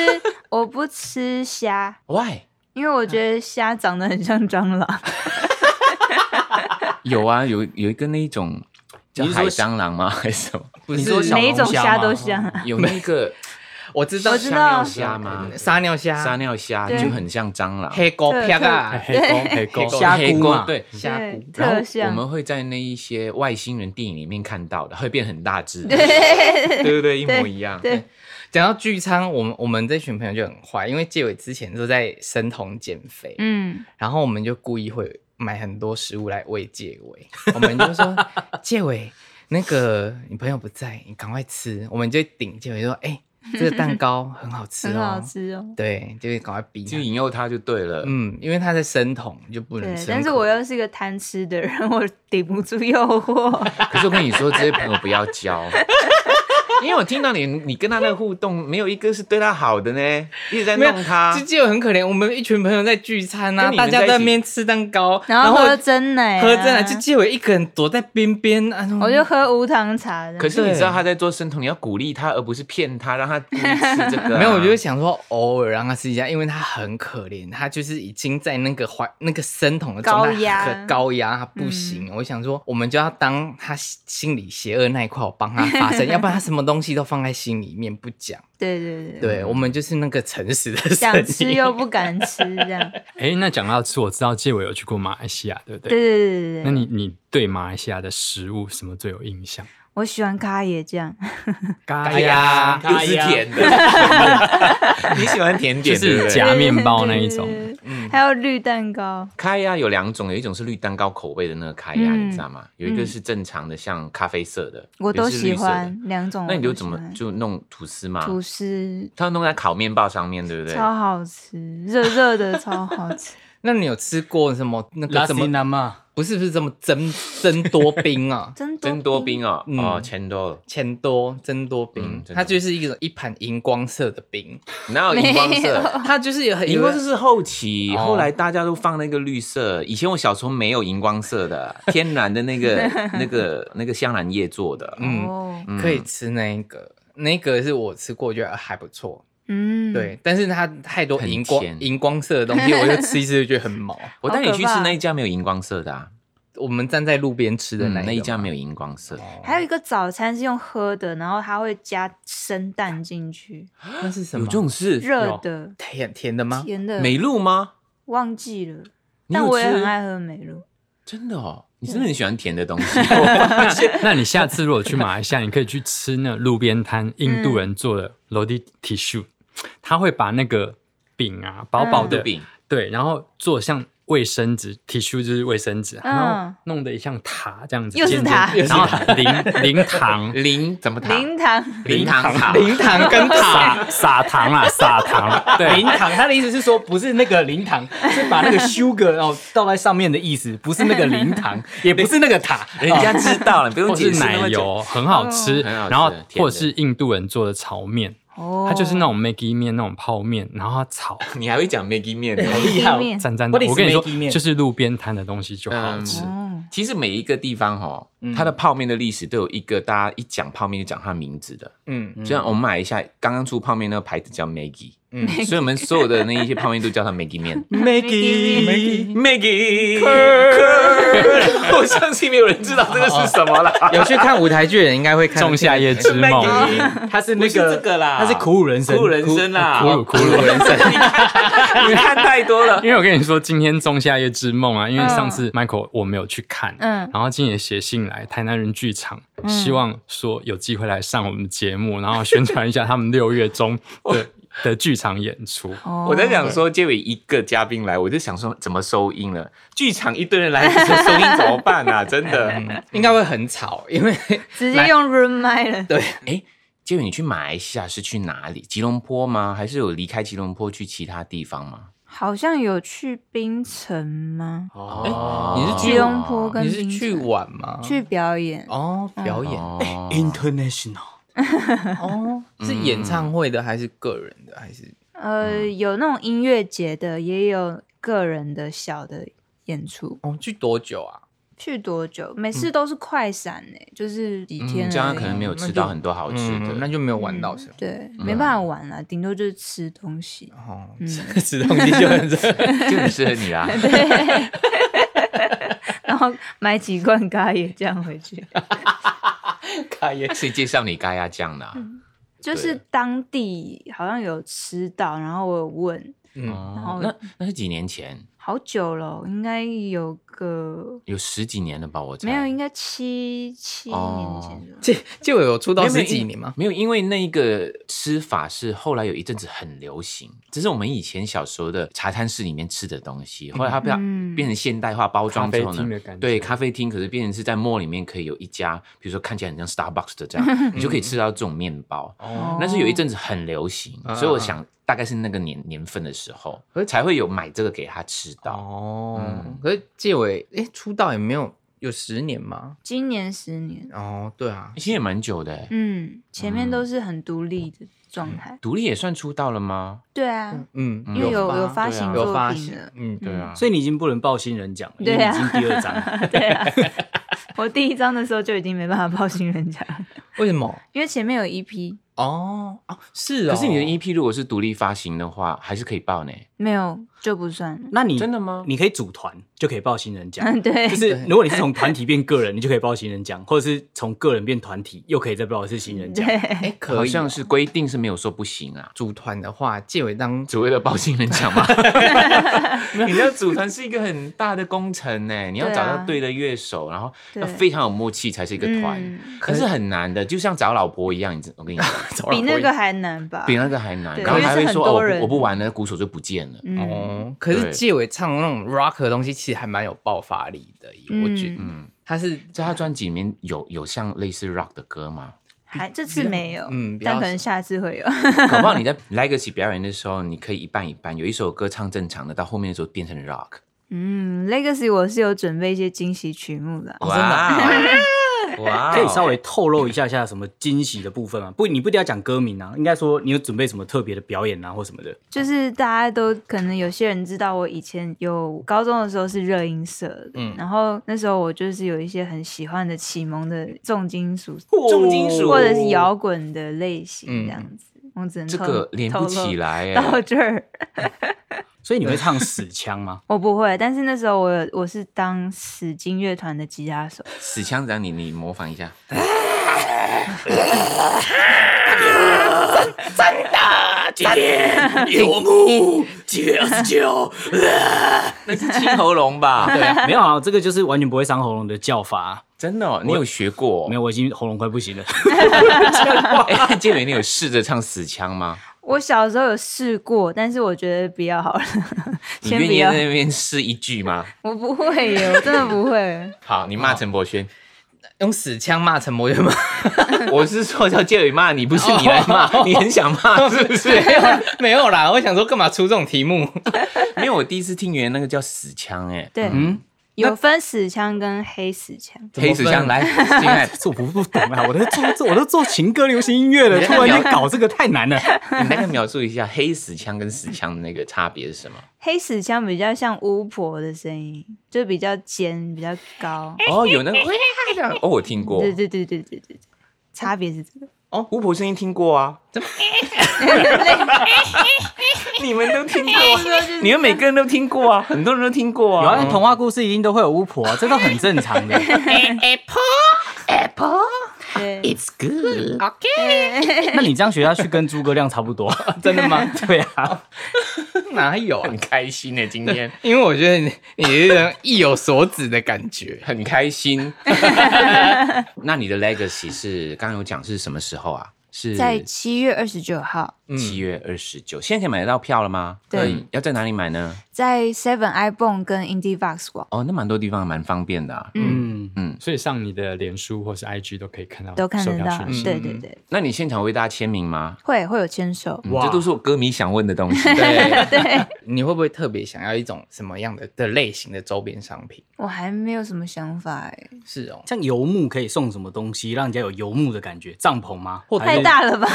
Speaker 5: 我不吃虾，
Speaker 2: ？Why？
Speaker 5: 因为我觉得虾长得很像蟑螂，
Speaker 2: 有啊，有有一个那一种叫
Speaker 1: 你是说
Speaker 2: 海蟑螂吗？ (laughs) 还是什么？
Speaker 3: 不
Speaker 1: 你说
Speaker 3: 是
Speaker 1: 小
Speaker 5: 每一种
Speaker 1: 龙虾
Speaker 5: 虾
Speaker 1: 吗
Speaker 5: 都像啊。
Speaker 2: 有那 (laughs) 个
Speaker 3: 我知道
Speaker 5: 我知道
Speaker 2: 撒尿虾吗？
Speaker 3: 撒尿
Speaker 2: 撒
Speaker 3: 虾、
Speaker 2: 尿虾
Speaker 5: 对
Speaker 2: 就很像蟑螂，
Speaker 3: 黑狗啪啊、
Speaker 4: 黑工黑工
Speaker 1: 黑虾菇
Speaker 2: 黑锅
Speaker 1: 嘛
Speaker 2: 对。
Speaker 3: 虾
Speaker 5: 对
Speaker 3: 骨，，
Speaker 2: 然
Speaker 5: 特
Speaker 2: 后我
Speaker 5: 像。
Speaker 2: 们会在那一些外星人电影里面看到的，会变很大只，对
Speaker 5: 对
Speaker 2: 对对，一模一样。
Speaker 5: 对，
Speaker 3: 讲到聚餐，我们我们这群朋友就很坏，因为介伟之前都在生酮减肥，
Speaker 5: 嗯，
Speaker 3: 然后我们就故意会买很多食物来喂介伟，我们就
Speaker 5: (laughs)
Speaker 3: 说介伟，那个你朋友不在，你赶快吃，我们就顶介伟说，哎、这个蛋
Speaker 5: (laughs)
Speaker 3: 糕很好吃
Speaker 5: 很好
Speaker 3: 哦，
Speaker 5: 吃哦。
Speaker 3: 对，就赶快逼他
Speaker 2: 就。引诱他就对了。
Speaker 3: 嗯，因为他在生酮就不能
Speaker 5: 对
Speaker 3: 生，
Speaker 5: 但是
Speaker 3: 苦
Speaker 5: 我又是一个贪吃的人，我顶不住诱惑。
Speaker 2: 可是我跟你说，这些朋友不要
Speaker 5: (laughs)
Speaker 2: 交，因为我听到你，你跟他的互动，没有一个是对他好的呢，一直在
Speaker 3: 没有
Speaker 2: 弄他
Speaker 3: 这。就很可怜。我们一群朋友在聚餐啊，
Speaker 2: 跟你
Speaker 3: 大
Speaker 2: 们
Speaker 3: 家
Speaker 2: 在一
Speaker 3: 在
Speaker 2: 起
Speaker 3: 那边吃蛋糕，
Speaker 5: 然后喝真奶啊
Speaker 3: 喝真的，就结尾一个人躲在边边啊，
Speaker 5: 我就喝无糖茶的。
Speaker 2: 可是你
Speaker 3: 对
Speaker 2: 知道他在做生酮，你要鼓励他，而不是骗他，让他故意吃这个啊、
Speaker 3: 没有，我就想说偶尔让他吃一下，因为他很可怜，他就是已经在那个怀那个生酮的状态
Speaker 5: 高压嗯
Speaker 3: 很高压，他不行。我想说，我们就要当他心里邪恶那一块，我帮他发
Speaker 5: (laughs)
Speaker 3: 声，要不然他什么东西都放在心里面不讲。
Speaker 5: 对对对，
Speaker 3: 对，我们就是那个诚实的 (laughs) 声
Speaker 5: 嗯想
Speaker 3: 音，
Speaker 5: 吃又不敢吃，这样。
Speaker 4: 哎，那讲到吃，我知道介伟有去过马来西亚，对不
Speaker 5: 对
Speaker 4: 对？
Speaker 5: 对对对
Speaker 4: 那
Speaker 5: 对，
Speaker 4: 你你对马来西亚的食物什么最有印
Speaker 5: (laughs)
Speaker 4: 象？ (laughs)
Speaker 5: 我喜欢咖椰酱，
Speaker 4: 嘎
Speaker 3: 哎呀，
Speaker 2: 又是甜的，
Speaker 5: (laughs)
Speaker 2: 你喜欢甜
Speaker 4: 就
Speaker 2: 点对不
Speaker 4: 是
Speaker 2: 对？
Speaker 4: 夹面包那一种。
Speaker 5: 对，对对还有绿蛋糕。
Speaker 2: 开呀有两种，有一种是绿蛋糕口味的那个开呀，
Speaker 5: 嗯
Speaker 2: 你知道吗？有一个是正常的，像咖啡色的，
Speaker 5: 我都
Speaker 2: 有一个是
Speaker 5: 喜
Speaker 2: 绿色的
Speaker 5: 欢。两种我都喜欢，
Speaker 2: 那你就怎么就弄吐司嘛？
Speaker 5: 吐司
Speaker 2: 他弄在烤面包上面，对不对？
Speaker 5: 超好吃，热热的超好吃。？
Speaker 3: 那你有吃过什么那
Speaker 1: 拉啊
Speaker 3: 个什
Speaker 1: 西
Speaker 3: 么？
Speaker 1: 南嘛，
Speaker 3: 不是不是什么增增多冰啊 (laughs)
Speaker 5: 真
Speaker 2: 真多冰哦，
Speaker 3: 嗯
Speaker 2: 哦，钱多了，
Speaker 3: 钱多增多冰
Speaker 2: 嗯，真多
Speaker 3: 它就是一种一盘荧光色的冰，
Speaker 2: 哪有荧光色？
Speaker 3: 它就是有很
Speaker 2: 荧光色是后期，
Speaker 3: 哦
Speaker 2: 后来大家都放那个绿色。以前我小时候没有荧光色的，天然的那个、那个、那个香兰叶做的。
Speaker 3: 嗯
Speaker 5: 哦，
Speaker 2: 嗯
Speaker 3: 可以吃那一个，那个是我吃过，觉得还不错。
Speaker 5: 嗯，
Speaker 3: 对，但是它太多
Speaker 2: 很
Speaker 3: 荧光
Speaker 2: 甜
Speaker 3: 荧光色的东
Speaker 5: (laughs)
Speaker 3: 西，我就吃一吃就觉得很毛。
Speaker 2: 我带哦你去
Speaker 5: 好可
Speaker 2: 吃
Speaker 5: 怕
Speaker 2: 那一家没有荧光色的啊，
Speaker 3: 我们站在路边吃的
Speaker 2: 嗯
Speaker 3: 那
Speaker 2: 那一家没
Speaker 3: 有，
Speaker 2: 有荧光色，
Speaker 5: 还有一个早餐是用喝的，然后它会加生蛋进去，
Speaker 3: 哦那是什
Speaker 2: 有
Speaker 3: 么？
Speaker 2: 这种事？
Speaker 5: 热的、
Speaker 3: 甜甜的吗？
Speaker 5: 甜的，
Speaker 2: 美露吗？
Speaker 5: 忘记了。
Speaker 2: 你有
Speaker 5: 但我也
Speaker 2: 吃
Speaker 5: 很爱喝美露，
Speaker 2: 真的哦，你真的很喜欢甜的东西。哦
Speaker 4: 那你下次如果去马来西亚，你可以去吃那路边摊印
Speaker 5: 嗯
Speaker 4: 度人做的 roti tissue，他会把那个饼啊薄薄
Speaker 5: 嗯
Speaker 2: 豆
Speaker 4: 的
Speaker 2: 饼，
Speaker 4: 对，然后做像卫生纸，tissue 就是卫生纸，啊
Speaker 5: 嗯
Speaker 4: 然后弄得像塔这样子，
Speaker 5: 又是
Speaker 4: 尖尖
Speaker 5: 塔
Speaker 4: 然后零零
Speaker 2: (laughs)
Speaker 4: 糖。
Speaker 2: 零怎么塔？
Speaker 5: 零糖
Speaker 2: (laughs) 零糖塔。
Speaker 3: 零糖跟塔，
Speaker 1: (laughs)
Speaker 4: 撒撒糖啊，撒糖，
Speaker 1: 零
Speaker 4: 对，
Speaker 1: 糖。他的意思是说，不是那个零糖，是把那个 sugar 然后倒在上面的意思，不是那个零
Speaker 3: (laughs)
Speaker 1: 糖，也不是那个塔。
Speaker 2: 人家知道了，不用
Speaker 4: (laughs) 或
Speaker 2: 解
Speaker 4: 是
Speaker 2: 释那
Speaker 4: 奶
Speaker 2: 么久。嗯
Speaker 4: 油，很好吃。
Speaker 2: 很好吃
Speaker 4: 然后
Speaker 2: 甜的
Speaker 4: 或者是印度人做的炒面，
Speaker 5: 哦，
Speaker 4: 它就是那种 Maggi 面那种泡面，然后它炒
Speaker 2: 你还会讲 Maggie 面哦？
Speaker 1: 厉害哦
Speaker 5: 面
Speaker 4: 沾沾的
Speaker 1: What。is
Speaker 4: 我跟你说
Speaker 1: Maggi 面，
Speaker 4: 就是路边摊的东西
Speaker 2: 嗯
Speaker 4: 就好吃。
Speaker 5: 哦，
Speaker 2: 其实每一个地方哈，它的泡面的历史都有一个，大家一讲泡面就讲它的名字的。
Speaker 3: 嗯，
Speaker 2: 就像我们买一下刚刚出泡面那个牌子叫 Maggie，嗯， (laughs) 所以我们所有的那一些泡面都叫它 Maggie 面。
Speaker 5: Maggi
Speaker 2: Maggie，我相信没有人知道这个是什么啦。
Speaker 3: 有去看舞台剧的人应该会看
Speaker 4: 仲夏夜之梦，
Speaker 2: Maggi，
Speaker 1: (laughs) 他是
Speaker 2: 不
Speaker 1: 那
Speaker 2: 是这
Speaker 1: 个，
Speaker 2: 个啦，
Speaker 1: 他是苦鲁人生，
Speaker 2: 苦人生啦，
Speaker 4: 苦鲁苦鲁
Speaker 2: 人生，你看太多了。
Speaker 4: 因为我跟你说，今天《仲夏夜之梦》啊，因为上次 Michael 我没有去看，
Speaker 5: 嗯
Speaker 4: 然后今天也写信来台南人剧场，希望说有机会来上我们节目，然后宣传一下他们六月中的的剧场演出。
Speaker 5: 哦
Speaker 2: 我在想说，结尾一个嘉宾来，我就想说怎么收音了？剧场一堆人来，收音怎么办啊？真的。
Speaker 3: 应该会很吵，因为
Speaker 5: 直接用 room 麦了，
Speaker 3: 对
Speaker 2: 哎，结尾你去马来西亚是去哪里？吉隆坡吗？还是有离开吉隆坡去其他地方吗？
Speaker 5: 好像有去冰城吗？
Speaker 2: 哦
Speaker 3: 你是去
Speaker 5: 吉隆坡跟
Speaker 3: 你是
Speaker 5: 槟城
Speaker 3: 去玩吗？
Speaker 5: 去表演，嗯
Speaker 3: 哦表演，
Speaker 2: 哦
Speaker 5: 哎
Speaker 2: 嗯
Speaker 1: International，
Speaker 3: 哦，是演唱会的还是个人的？还是
Speaker 5: 呃，
Speaker 2: 嗯
Speaker 5: 有那种音乐节的，也有个人的小的演出。
Speaker 3: 哦，去多久啊？
Speaker 5: 去多久？每次都是快闪呢、就是几天而已、
Speaker 2: 嗯
Speaker 5: 啊
Speaker 2: 这样可能没有吃到很多好吃的。
Speaker 3: 嗯，那就没有玩到什么。
Speaker 5: 对，
Speaker 2: 嗯
Speaker 5: 没办法玩了，顶多就是吃东西。
Speaker 3: 哦，吃东西就很热。
Speaker 2: (laughs)
Speaker 3: (laughs)
Speaker 2: 就很适合你啊啦。
Speaker 5: 然后买几罐咖椰酱
Speaker 2: (laughs)
Speaker 5: 回去，
Speaker 3: 卡耶
Speaker 2: 那谁介绍你咖椰酱的啊？
Speaker 5: 就是当地好像有吃到，然后我有问，
Speaker 2: 哦，
Speaker 5: 然
Speaker 2: 那那是几年前，
Speaker 5: 好久了哦，应该有个
Speaker 2: 有十几年了吧？我猜
Speaker 5: 没有，应该七七年
Speaker 2: 哦
Speaker 5: 前了。
Speaker 3: 这这有出
Speaker 2: 没
Speaker 3: 道
Speaker 2: 有没
Speaker 3: 十
Speaker 2: 有
Speaker 3: 几
Speaker 2: 因
Speaker 3: 年吗？
Speaker 2: 没有，因为那一个吃法是后来有一阵子很流行，这是我们以前小时候的茶摊市里面吃的东西。后来它变、
Speaker 5: 嗯
Speaker 2: 变成现代化包装之后
Speaker 4: 咖啡
Speaker 2: 呢
Speaker 4: 厅的感，觉
Speaker 2: 对咖啡厅，可是变成是在 mall 里面可以有一家，比如说看起来很像 Starbucks 的这样，你就可以吃到这种面包。
Speaker 5: 哦
Speaker 2: 那是有一阵子很流行，
Speaker 3: 啊
Speaker 2: 所以我想大概是那个年年份的时候，才会有买这个给他吃到。
Speaker 3: 哦
Speaker 2: 嗯，
Speaker 3: 可是介伟哎出道也没有有十年吗？
Speaker 5: 今年十年，
Speaker 3: 哦，对啊，
Speaker 2: 其实也蛮久的欸，
Speaker 5: 嗯，前面都是很独立的状态。
Speaker 2: 独立也算出道了吗？
Speaker 5: 对啊，
Speaker 3: 嗯，
Speaker 5: 因为有
Speaker 3: 吧
Speaker 5: 有发行
Speaker 3: 有
Speaker 5: 作
Speaker 3: 发
Speaker 5: 品
Speaker 3: 行
Speaker 5: 了，，
Speaker 3: 嗯，
Speaker 2: 对啊，
Speaker 1: 所以你已经不能报新人奖了，因为
Speaker 5: 对
Speaker 1: 你
Speaker 5: 啊
Speaker 1: 已经第二章
Speaker 5: (laughs)
Speaker 1: 了。
Speaker 5: 对啊。我第一张的时候就已经没办法报新人奖，
Speaker 3: 为什么？
Speaker 5: 因为前面有一批
Speaker 3: 哦哦，是哦，
Speaker 2: 可是你的 E EP 如果是独立发行的话，还是可以报呢。
Speaker 5: 没有就不算了。
Speaker 1: 那你
Speaker 2: 真的吗
Speaker 1: 你可以组团就可以报新人奖，
Speaker 5: 嗯，对
Speaker 1: 就，是如果你是从团体变个人，你就可以报新人奖，或者是从个人变团体，又可以再报一次新人奖。
Speaker 5: 对，
Speaker 3: 哎，可以
Speaker 2: 好像是规定是没有说不行啊，
Speaker 3: 组团的话，介伟当
Speaker 2: 只为了报新人奖
Speaker 5: (laughs)
Speaker 2: 嘛。 (laughs) 你那组团是一个很大的工程欸呢，你要
Speaker 5: 对啊
Speaker 2: 找到对的乐手，然后
Speaker 5: 对啊
Speaker 2: 要非常有默契才是一个团
Speaker 5: 嗯，
Speaker 2: 可是很难的，就像找老婆一样。你知我跟你讲，
Speaker 5: (laughs) 比那个还难吧？
Speaker 2: (laughs) 比那个还难，
Speaker 5: 对
Speaker 2: 然后还会
Speaker 5: 因为是很
Speaker 2: 说哦，
Speaker 5: 多
Speaker 2: 我
Speaker 5: 人
Speaker 2: 不我不玩了，鼓手就不见了。
Speaker 5: 嗯，
Speaker 3: 哦，可是
Speaker 2: 对
Speaker 3: 介伟唱那种 rock 的东西，其实还蛮有爆发力的耶，我觉得
Speaker 5: 嗯
Speaker 2: 嗯，
Speaker 3: 他是
Speaker 2: 在他专辑里面有有像类似 rock 的歌吗？
Speaker 5: 还这次没有，
Speaker 3: 嗯比较
Speaker 5: 但可能下次会有。
Speaker 2: (laughs) 搞不好你在 Legacy 表演的时候，你可以一半一半，有一首歌唱正常的，到后面的时候变成 rock。
Speaker 5: 嗯，Legacy 我是有准备一些惊喜曲目
Speaker 2: 哦
Speaker 5: 的，
Speaker 2: 哇 (laughs) 哦，哇哦，
Speaker 1: 可以稍微透露一下下什么惊喜的部分吗？不，你不一定要讲歌名啊，应该说你有准备什么特别的表演啊，或什么的。
Speaker 5: 就是大家都可能有些人知道，我以前有高中的时候是热音社的，
Speaker 2: 嗯
Speaker 5: 然后那时候我就是有一些很喜欢的启蒙的重金属、
Speaker 1: 重金属
Speaker 5: 或者是摇滚的类型这样子，我只
Speaker 2: 哦
Speaker 5: 能
Speaker 2: 嗯这
Speaker 5: 透
Speaker 2: 个连不起。来哎
Speaker 5: 透
Speaker 2: 耶
Speaker 5: 露 (laughs) 到这儿
Speaker 1: 所以你会唱死腔
Speaker 5: (laughs)
Speaker 1: 吗？
Speaker 5: 我不会，但是那时候我有我是当死金乐团的吉他手，
Speaker 2: 死腔长你你模仿一 (laughs) 下，真的真的，有木七月二十九，那是清喉咙吧？ (laughs)
Speaker 1: 对啊，没有啊，这个就是完全不会伤喉咙的叫法、啊。
Speaker 2: 真的哦，你有学过？
Speaker 1: 没有，我已经喉咙快不行了。
Speaker 2: (laughs)
Speaker 1: (laughs)
Speaker 2: 哎，建伟，你有试着唱死腔吗？
Speaker 5: 我小时候有试过，但是我觉得比较好了，
Speaker 2: 你
Speaker 5: (laughs) 先
Speaker 2: 愿
Speaker 5: 不
Speaker 2: 意
Speaker 5: 要，
Speaker 2: 在那边试一句吗？
Speaker 5: 我不会耶，我真的不
Speaker 2: (laughs)
Speaker 5: 会。
Speaker 2: 好，你骂陈柏轩，
Speaker 3: 用死腔骂陈柏轩吗？
Speaker 2: (laughs) 我是说叫建伟骂你，不是你来骂，你很想骂是不是？
Speaker 3: 没有啦， (laughs) 没有啦，我想说干嘛出这种题目？
Speaker 2: (laughs) 因为我第一次听原来那个叫死腔，哎，
Speaker 5: 对，
Speaker 1: 嗯
Speaker 5: 有分死腔跟黑死腔，
Speaker 3: 怎么
Speaker 2: 黑死腔
Speaker 3: 分
Speaker 2: 来，进来。 (laughs)
Speaker 1: 这我不不懂啊，我都做这我都做情歌流行音乐了，突然间搞这个太难了。
Speaker 2: 你大概描述一下黑死腔跟死腔的那个差别是 (laughs) 什么？
Speaker 5: 黑死腔比较像巫婆的声音，就比较尖，比较高。
Speaker 2: 哦，有那个这样哦，我听过
Speaker 5: 对对对对对对对，差别是这个。
Speaker 2: 哦，巫婆声音听过啊， (laughs) 你们都听过，啊你们每个人都听过啊，很多人都听过
Speaker 1: 有啊，
Speaker 2: 啊。
Speaker 1: 童话故事一定都会有巫婆、啊，这都很正常的。
Speaker 5: 对，
Speaker 2: It's good，
Speaker 1: 那你这样学下去跟诸葛亮差不多，真的吗？对啊，
Speaker 3: 哪有啊
Speaker 2: 很？开心呢，今天
Speaker 3: (laughs) 因为我觉得你你有一种意有所指的感觉。
Speaker 2: 很开心。那你的 legacy 是刚刚有讲是什么时候啊？是
Speaker 5: 在七月二十九号，
Speaker 2: 七月二十九，现在可以买得到票了吗？
Speaker 5: 对
Speaker 2: 可以，要在哪里买呢？
Speaker 5: 在 Seven iBone 跟 IndieVox 网，
Speaker 2: 哦，那蛮多地方蛮方便的啊。
Speaker 1: 嗯。
Speaker 4: 嗯嗯
Speaker 2: 嗯，
Speaker 4: 所以上你的脸书或是 IG 都可以看到，
Speaker 5: 都看得到。嗯
Speaker 4: 息。
Speaker 5: 对对对，
Speaker 2: 那你现场为大家签名吗？
Speaker 5: 会会有牵手。
Speaker 2: 嗯
Speaker 1: 哇
Speaker 2: 这都是我歌迷想问的东西。(laughs)
Speaker 3: (laughs) 对
Speaker 5: 对
Speaker 3: 你会不会特别想要一种什么样的的类型的周边商品？
Speaker 5: 我还没有什么想法哎，
Speaker 3: 是哦，
Speaker 1: 像游牧可以送什么东西，让人家有游牧的感觉？帐篷吗？或
Speaker 5: 太大了吧？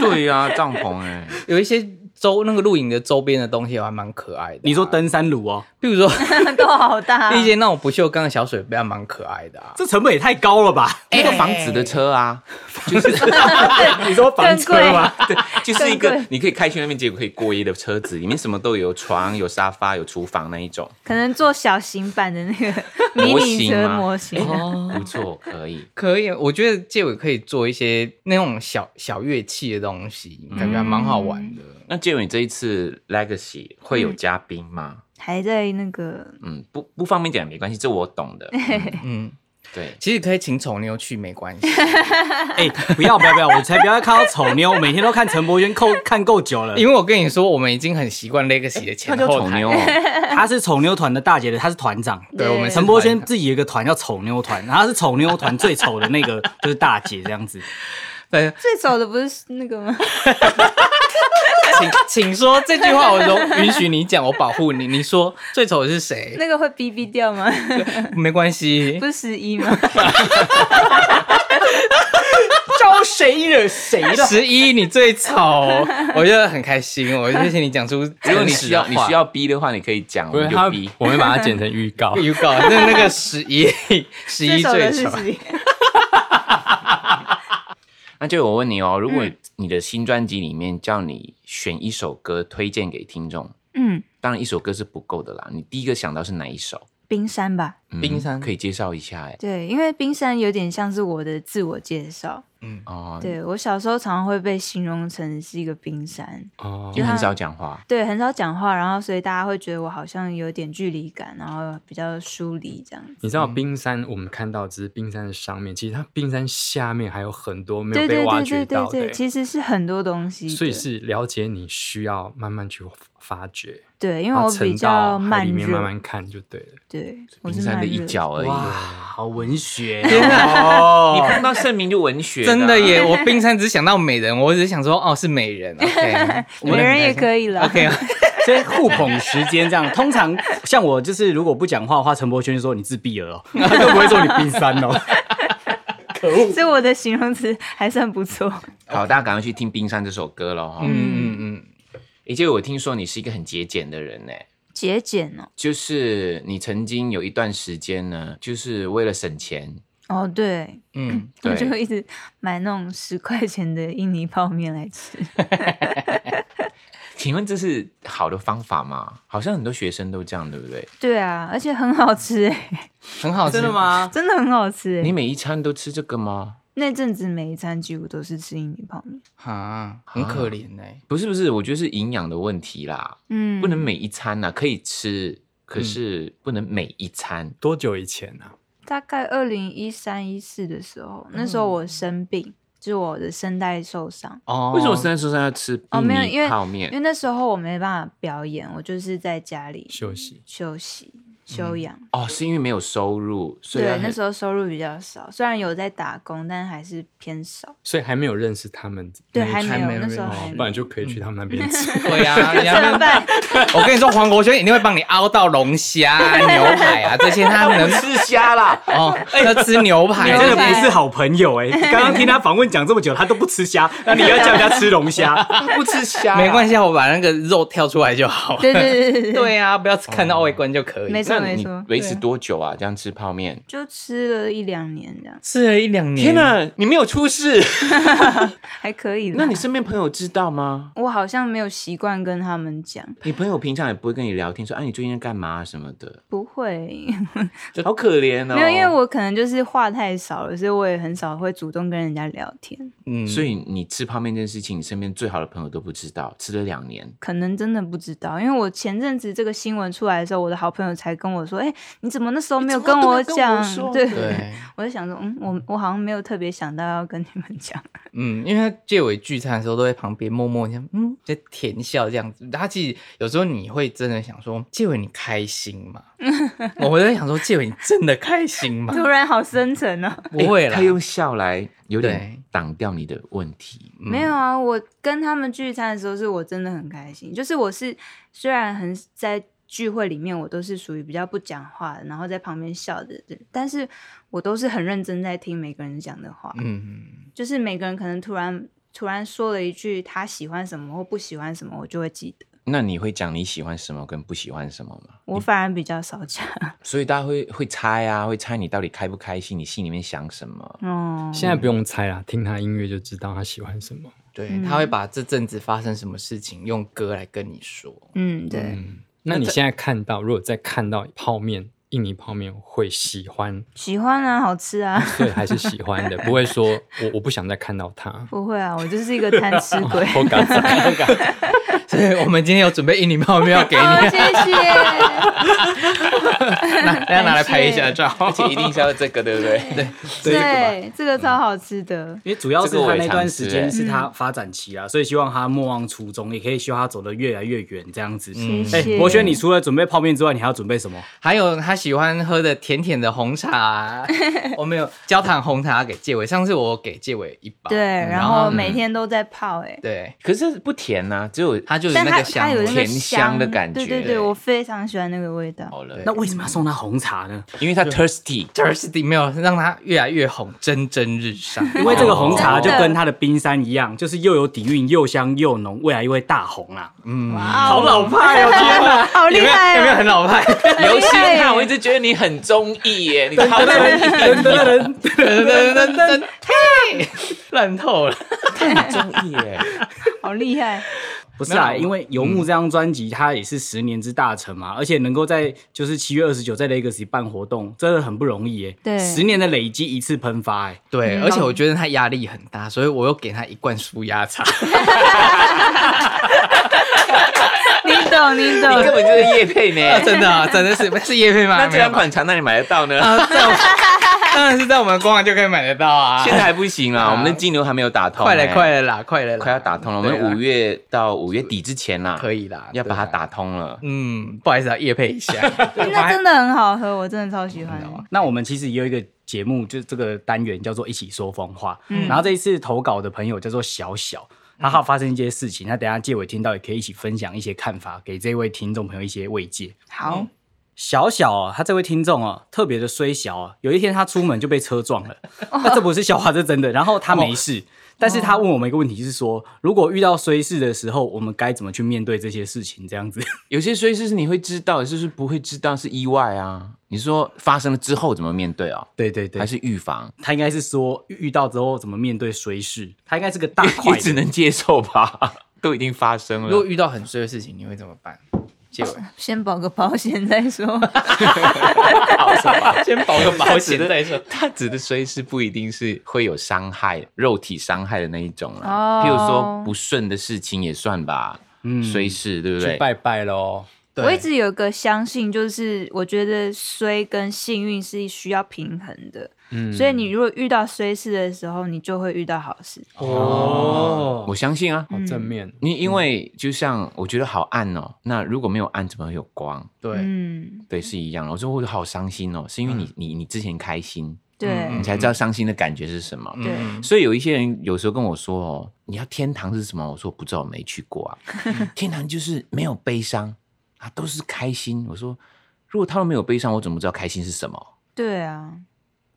Speaker 2: 对呀，帐篷哎， (laughs)
Speaker 3: 有一些周那个露营的周边的东西还蛮可爱的、啊
Speaker 1: 你说，登山炉哦，
Speaker 3: 比如说
Speaker 5: (laughs) 都好大。
Speaker 3: 一些那种不锈钢的小水杯还蛮可爱的啊。
Speaker 1: 这成本也太高了吧？
Speaker 2: 那个房子的车啊，就是
Speaker 1: 你说
Speaker 5: 哦
Speaker 1: 房车吗？
Speaker 2: 就是一
Speaker 5: 更
Speaker 2: 个
Speaker 5: 贵
Speaker 2: 你可以开去那边，结果可以过夜的车子，里面什么都有，床有沙发有厨房那一种
Speaker 5: (laughs) 可能做小型版的那个迷
Speaker 2: 模
Speaker 5: 你
Speaker 2: 型
Speaker 5: 车
Speaker 2: 吗
Speaker 5: 模型，
Speaker 2: 哦，不错，可以。
Speaker 3: 可以，我觉得结尾可以做一些那种小小乐器的东西，感觉还蛮好玩的。
Speaker 2: 那建伟这一次 Legacy 会有嘉宾吗？
Speaker 5: 还在那个
Speaker 2: 嗯，不不方便讲也没关系，这我懂的。嗯
Speaker 3: 嗯，
Speaker 2: 对，
Speaker 3: 其实可以请丑妞去没关系。
Speaker 2: (laughs)
Speaker 1: (laughs) 哎，不要不要不要，我才不要看到丑妞，我每天都看陈柏轩扣 (laughs) 看够久了。
Speaker 3: 因为我跟你说，我们已经很习惯 Legacy 的前
Speaker 2: 那叫
Speaker 3: 后
Speaker 2: 丑
Speaker 3: 台
Speaker 2: 妞。 (laughs) 哦，
Speaker 1: 他是丑妞团的大姐的，他是
Speaker 3: (laughs)
Speaker 1: 团长。
Speaker 3: 对，我们是
Speaker 1: 陈柏
Speaker 3: 团
Speaker 1: 轩自己有一个团叫丑妞团，然后他是丑妞团最丑的那个，就是大姐这样子。
Speaker 3: 对，
Speaker 5: 最早的不是那个吗？ (laughs)
Speaker 3: 请请说这句话，
Speaker 2: (laughs)
Speaker 3: 我容允许你讲，我保护你。你说最丑的是谁？
Speaker 5: 那个会逼逼掉吗？
Speaker 3: 没关系
Speaker 2: (laughs)
Speaker 5: 不，是十一
Speaker 4: (laughs)
Speaker 5: 吗？
Speaker 1: 招谁惹谁了？
Speaker 3: 十一你
Speaker 2: (laughs)
Speaker 3: 最丑，我觉得很开心，我谢谢你讲出
Speaker 2: 如果
Speaker 3: 诚
Speaker 2: 你
Speaker 3: 实
Speaker 2: 需
Speaker 3: 的
Speaker 2: 要
Speaker 3: 话。。
Speaker 2: 你需要逼的话，你可以讲，
Speaker 4: 不
Speaker 2: 我
Speaker 4: 是
Speaker 2: 们
Speaker 4: 他
Speaker 2: 就逼，。
Speaker 4: 我们把它剪成预告
Speaker 3: (laughs) 预告，那那个十一十一
Speaker 5: 早
Speaker 3: 最
Speaker 5: 的是
Speaker 3: 丑，
Speaker 2: (laughs)
Speaker 5: 十一。
Speaker 2: 那就我问你哦，如果
Speaker 5: 嗯
Speaker 2: 你的新专辑里面叫你选一首歌推荐给听众，
Speaker 5: 嗯，
Speaker 2: 当然一首歌是不够的啦，你第一个想到是哪一首？
Speaker 5: 冰山吧，
Speaker 2: 嗯
Speaker 3: 冰山
Speaker 2: 可以介绍一下哎。
Speaker 5: 对，因为冰山有点像是我的自我介绍。
Speaker 2: 哦，
Speaker 5: 对我小时候常常会被形容成是一个冰山，
Speaker 4: 哦
Speaker 2: 因为很少讲话，
Speaker 5: 对，很少讲话，然后所以大家会觉得我好像有点距离感，然后比较疏离这样子。
Speaker 4: 你知道冰山，我们看到只是冰山的上面，其实它冰山下面还有很多没
Speaker 5: 对
Speaker 4: 有被
Speaker 5: 对
Speaker 4: 挖
Speaker 5: 对
Speaker 4: 掘
Speaker 5: 对
Speaker 4: 到
Speaker 5: 对
Speaker 4: 的
Speaker 5: 对，
Speaker 4: 欸，
Speaker 5: 其实是很多东西的，
Speaker 4: 所以是了解你需要慢慢去发掘，
Speaker 5: 对，因为
Speaker 4: 然后
Speaker 5: 我
Speaker 4: 沉
Speaker 5: 比
Speaker 4: 到
Speaker 5: 较
Speaker 4: 海
Speaker 5: 慢
Speaker 4: 里面
Speaker 5: 热，
Speaker 4: 慢慢看就对了。
Speaker 5: 对，我
Speaker 2: 冰
Speaker 5: 是
Speaker 2: 山
Speaker 5: 慢
Speaker 2: 的
Speaker 5: 热
Speaker 2: 一角
Speaker 3: 哎
Speaker 2: 而已。
Speaker 1: 哇，好文学
Speaker 3: 天
Speaker 2: 你
Speaker 1: 哦！
Speaker 2: 碰到盛名就文学，啊
Speaker 3: 真的耶！。我冰山只想到美人，我只是想说哦是美人，OK，
Speaker 5: 美人也可以了。
Speaker 3: OK，
Speaker 1: (laughs) 所以互捧时间这样，通常像我就是如果不讲话的话，陈柏轩就说你自闭了、哦， (laughs) 他都不会说你冰山
Speaker 3: (laughs)
Speaker 1: 哦。
Speaker 5: (laughs) 所以我的形容词还算不错。
Speaker 2: 好，大家赶快去听《冰山》这首歌喽哈。嗯，
Speaker 3: 嗯嗯
Speaker 2: 而且我听说你是一个很节俭的人呢，
Speaker 5: (laughs) 节俭哦，
Speaker 2: 就是你曾经有一段时间呢，就是为了省钱，
Speaker 5: 哦对，
Speaker 3: 嗯嗯，
Speaker 5: 我就
Speaker 2: 对，
Speaker 5: 一直买那种十块钱的印尼泡面来吃。
Speaker 2: 请问这是好的方法吗？好像很多学生都这样，对不对？
Speaker 5: (laughs) 对啊，而且很好吃哎，
Speaker 3: 很好吃，
Speaker 1: 真的？吗？
Speaker 5: (laughs) 真的很好吃
Speaker 2: 你
Speaker 5: 哎。
Speaker 2: 每一餐都吃这个吗？
Speaker 5: 那阵子每一餐几乎都是吃印尼泡面，
Speaker 3: 啊，很可怜哎。
Speaker 2: 不是不是，我觉得是营养的问题啦，
Speaker 5: 嗯，
Speaker 2: 不能每一餐啦，可以吃，可是不能每一餐。
Speaker 4: 多久以前啊？
Speaker 5: 大概二零一三一四的时候，那时候我生病，就是我的声带受伤。
Speaker 3: 哦
Speaker 2: 为什么生在身上要吃
Speaker 5: 哦，没有，
Speaker 2: 印尼
Speaker 5: 因为
Speaker 2: 泡
Speaker 5: 因为
Speaker 2: 面？
Speaker 5: 那时候我没办法表演，我就是在家里
Speaker 4: 休息
Speaker 5: 休嗯息休养。
Speaker 2: 哦，是因为没有收入，所以
Speaker 5: 对，那时
Speaker 2: 候
Speaker 5: 候收入比较少，虽然有在打工，但还是偏少。
Speaker 4: 所以还没有认识他们
Speaker 5: 对，
Speaker 4: 那一
Speaker 5: 还没
Speaker 4: 群
Speaker 5: 有，
Speaker 3: 没有
Speaker 5: 那时候
Speaker 3: 没有
Speaker 5: 还
Speaker 4: 哦，
Speaker 5: 没
Speaker 4: 不然
Speaker 5: 有。嗯
Speaker 4: 就可以去他们那边
Speaker 5: (laughs)
Speaker 4: 吃。
Speaker 3: 对呀，你
Speaker 5: 怎么
Speaker 3: 要
Speaker 5: 办？
Speaker 3: 我跟你说，黄国轩一定会帮你凹到龙虾啊、牛排啊这些，他能
Speaker 2: (laughs) 吃虾啦。
Speaker 3: 哦，要吃牛排
Speaker 1: 你
Speaker 5: 牛
Speaker 1: 哎真
Speaker 5: 排
Speaker 1: 的不是好朋友哎、刚刚听他访问讲这么久，他都不吃虾，那你要叫人家吃龙虾，
Speaker 2: 不吃虾
Speaker 3: 没关系啊，我把那个肉挑出来就好了。
Speaker 5: 对对对 (laughs) 对对，
Speaker 3: 对啊，不要看到外观就可以。
Speaker 5: 没错
Speaker 2: 那
Speaker 5: 没
Speaker 2: 你
Speaker 5: 错，
Speaker 2: 维持
Speaker 5: 对
Speaker 2: 多久啊？这样吃泡面？
Speaker 5: 就吃了一两年这样，
Speaker 3: 吃了一两
Speaker 2: 天
Speaker 3: 年，
Speaker 2: 哪，你没有出事？ (laughs)
Speaker 5: 还可以啦。
Speaker 2: 那你身边朋友知道吗？
Speaker 5: 我好像没有习惯跟他们讲，
Speaker 2: 你朋友平常也不会跟你聊天，说啊你最近在干嘛什么的，
Speaker 5: 不会，
Speaker 2: (laughs) 好可怜哦。
Speaker 5: 没有，因为我可能就是话太少了，所以我也很少会主动跟人家聊天，
Speaker 3: 嗯，
Speaker 2: 所以你吃泡面这件事情，你身边最好的朋友都不知道，吃了两年。
Speaker 5: 可能真的不知道。因为我前阵子这个新闻出来的时候，我的好朋友才跟跟我说：“哎、你怎么那时候没有
Speaker 2: 你怎
Speaker 5: 跟
Speaker 2: 么都没跟
Speaker 5: 讲
Speaker 2: 我？”说 (laughs)
Speaker 5: 对，
Speaker 3: 对，
Speaker 5: 我就想说，嗯，我我好像没有特别想到要跟你们
Speaker 2: (laughs)
Speaker 5: 讲。
Speaker 3: 嗯，因为他结尾聚餐的时候都在旁边默默这样，嗯，在甜笑这样子。他其实有时候你会真的想说，结尾你开心吗？
Speaker 5: (laughs)
Speaker 3: 我会在想说，结尾你真的开心吗？
Speaker 5: 突然好深沉哦、 (laughs)
Speaker 3: 不会
Speaker 2: 欸
Speaker 3: 啦，
Speaker 2: 他用笑来有点
Speaker 3: 对
Speaker 2: 挡掉你的问题。
Speaker 4: 嗯
Speaker 5: 没有啊，我跟他们聚餐的时候，是我真的很开心。就是我是虽然很在聚会里面，我都是属于比较不讲话的，然后在旁边笑的人，但是我都是很认真在听每个人讲的话。
Speaker 3: 嗯，
Speaker 5: 就是每个人可能突然突然说了一句他喜欢什么或不喜欢什么，我就会记得。
Speaker 2: 那你会讲你喜欢什么跟不喜欢什么吗？
Speaker 5: 我反而比较少讲。 (laughs)
Speaker 2: 所以大家会会猜啊，会猜你到底开不开心，你心里面想什么。
Speaker 5: 哦，
Speaker 4: 现在不用猜啦，听他音乐就知道他喜欢什么。
Speaker 3: 对，
Speaker 5: 嗯
Speaker 3: 他会把这阵子发生什么事情用歌来跟你说。
Speaker 5: 嗯，对，
Speaker 4: 嗯，那你现在看到，如果再看到泡面，印尼泡面会喜欢，
Speaker 5: 喜欢啊，好吃啊。 (laughs)
Speaker 4: 所以还是喜欢的，不会说我我不想再看到它。
Speaker 5: 不会啊，我就是一个贪吃鬼。
Speaker 4: 哦我
Speaker 5: (laughs)
Speaker 4: 敢讲，我敢讲
Speaker 3: (laughs) 所以我们今天有准备印尼泡面要
Speaker 5: (laughs)
Speaker 3: 给
Speaker 5: 哦，
Speaker 3: 你， (laughs)
Speaker 5: 谢
Speaker 4: (laughs)
Speaker 5: 谢。
Speaker 3: 大家拿来拍一下照。
Speaker 2: 而且一定是要这个，对不
Speaker 3: (laughs)
Speaker 2: 对？对，
Speaker 5: 对，这个超好吃的。
Speaker 1: 因为主要是
Speaker 2: 这个我
Speaker 1: 他
Speaker 2: 也
Speaker 1: 那
Speaker 2: 常
Speaker 1: 段
Speaker 2: 吃
Speaker 1: 时
Speaker 2: 欸
Speaker 1: 间是
Speaker 5: 嗯
Speaker 1: 他发展期啦，所以希望他莫忘初衷，也可以希望他走得越来越远这样子。
Speaker 5: 谢
Speaker 1: 哎、
Speaker 5: 谢。
Speaker 1: 博轩，你除了准备泡面之外，你还要准备什么？
Speaker 3: 还有他喜欢喝的甜甜的红
Speaker 5: (laughs)
Speaker 3: 茶，我们有焦糖红茶给介伟，上次我给介伟一包，
Speaker 5: 对，
Speaker 3: 嗯
Speaker 5: 然后每天都在泡哎、
Speaker 3: 对，
Speaker 2: 可是不甜呐、只有
Speaker 3: 他就是
Speaker 5: 但
Speaker 3: 那
Speaker 5: 它
Speaker 3: 个香
Speaker 5: 它有那个
Speaker 2: 甜香的感觉
Speaker 5: 对对对，我非常喜欢那个味道。
Speaker 2: 好了，
Speaker 1: 那为什么要送他红茶呢？
Speaker 2: 因为他 thirsty，
Speaker 3: thirsty 没有让他越来越红，蒸蒸
Speaker 2: (laughs)
Speaker 3: 日上。
Speaker 1: 因为这个红茶就
Speaker 5: 真的
Speaker 1: 跟他的冰山一样，就是又有底蕴，又香又浓，未来又会大红啊啦。
Speaker 5: 哇
Speaker 1: 好
Speaker 5: 哦，
Speaker 1: 老派
Speaker 5: (laughs)
Speaker 1: 哦，天哪！
Speaker 5: 好厉害
Speaker 2: 啊
Speaker 3: 有没有
Speaker 5: 哦！
Speaker 3: 很
Speaker 2: (laughs)
Speaker 3: 老派？ (laughs)
Speaker 2: 刘星
Speaker 5: 厉害
Speaker 2: 啊汉，我一直觉得你很中意耶，你超中
Speaker 1: 噔噔噔
Speaker 3: 噔
Speaker 2: 嗯
Speaker 3: 噔噔噔，嘿，烂透了。
Speaker 2: 意耶。
Speaker 5: 嗯好厉害！
Speaker 1: 不是啊，
Speaker 3: 没有
Speaker 1: 因为《游牧》这张专辑，它也是十年之大成嘛，而且能够在就是七月二十九在 Legacy 办活动，真的很不容易耶。
Speaker 5: 对
Speaker 1: 十年的累积一次喷发，哎，
Speaker 3: 对，而且我觉得他压力很大，所以我又给他一罐舒
Speaker 2: (laughs)
Speaker 3: 压茶。
Speaker 5: 你懂，你
Speaker 2: 你根
Speaker 5: 懂。
Speaker 2: 本就是叶配
Speaker 3: 啊
Speaker 2: 呢。
Speaker 3: 真的啊，真的 (laughs) 是是叶配吗？
Speaker 2: 那这两款茶哪里买得到呢？
Speaker 3: 啊，在我们当然是在我们官网就可以买得
Speaker 2: (laughs)
Speaker 3: 到啊。
Speaker 2: 现在还不行啦，
Speaker 3: 啊
Speaker 2: 我们的金牛还没有打通。
Speaker 3: (laughs) 快了，快
Speaker 2: 了，
Speaker 3: 了啦，快了啦，
Speaker 2: 快要打通了。我
Speaker 3: 对啊
Speaker 2: 们五月到五月底之前啦，
Speaker 3: 可以啦，
Speaker 2: 要把它
Speaker 3: 对啊。
Speaker 2: 打通了。
Speaker 3: 嗯，不好意思啊，夜配
Speaker 2: (laughs)
Speaker 3: 一下。
Speaker 5: 那真的很好喝，我真的超喜欢。
Speaker 1: 那我们其实也有一个节目，就是这个单元叫做“一起说风话”。
Speaker 2: 嗯
Speaker 1: 然后这一次投稿的朋友叫做小小，他好发生一些事情，那等一下介伟听到也可以一起分享一些看法，给这位听众朋友一些慰藉。
Speaker 5: 好，
Speaker 1: 小小哦，他这位听众哦，特别的衰小哦。有一天他出门就被车撞了，
Speaker 2: 哦
Speaker 1: 那这不是笑话，这真的。然后他没事，但是他问我们一个问题，就是说，如果遇到衰事的时候，我们该怎么去面对这些事情？这样子， (laughs)
Speaker 2: 有些衰事是你会知道，有些是不会知道是意外啊。你说发生了之后怎么面对哦？
Speaker 1: 对对对
Speaker 2: 还，是预防？
Speaker 1: 他应该是说遇到之后怎么面对衰事，他应该是个大
Speaker 2: 也
Speaker 1: 快
Speaker 2: 只
Speaker 1: 人。
Speaker 2: 能接受吧， (laughs) 都已经发生
Speaker 3: 如果
Speaker 2: 了。
Speaker 3: 遇到很衰的事情，你会怎么办？结尾
Speaker 5: 先保个保险再说。
Speaker 3: 先保个保险再说。
Speaker 2: 他指的衰事不一定是会有伤害、肉体伤害的那一种
Speaker 5: 哦
Speaker 2: 啦，譬如说不顺的事情也算吧，衰事对不
Speaker 4: 去
Speaker 2: 对？
Speaker 4: 拜拜喽。
Speaker 3: 对
Speaker 5: 我一直有个相信，就是我觉得衰跟幸运是需要平衡的。
Speaker 4: 嗯
Speaker 5: 所以你如果遇到衰事的时候，你就会遇到好事。嗯
Speaker 1: 哦，
Speaker 2: 我相信啊，
Speaker 4: 好正面，
Speaker 2: 你因为就像我觉得好暗哦，那如果没有暗，怎么会有光？
Speaker 3: 对，
Speaker 5: 嗯，
Speaker 2: 对，是一样的。我说我好伤心哦，是因为你你你之前开心，
Speaker 5: 对
Speaker 2: 你才知道伤心的感觉是什么。
Speaker 3: 嗯
Speaker 5: 对，
Speaker 2: 所以有一些人有时候跟我说哦，你要天堂是什么？我说不知道，我没去
Speaker 5: (laughs)
Speaker 2: 过啊。天堂就是没有悲伤啊，都是开心。我说如果他们没有悲伤，我怎么知道开心是什么？
Speaker 5: 对啊，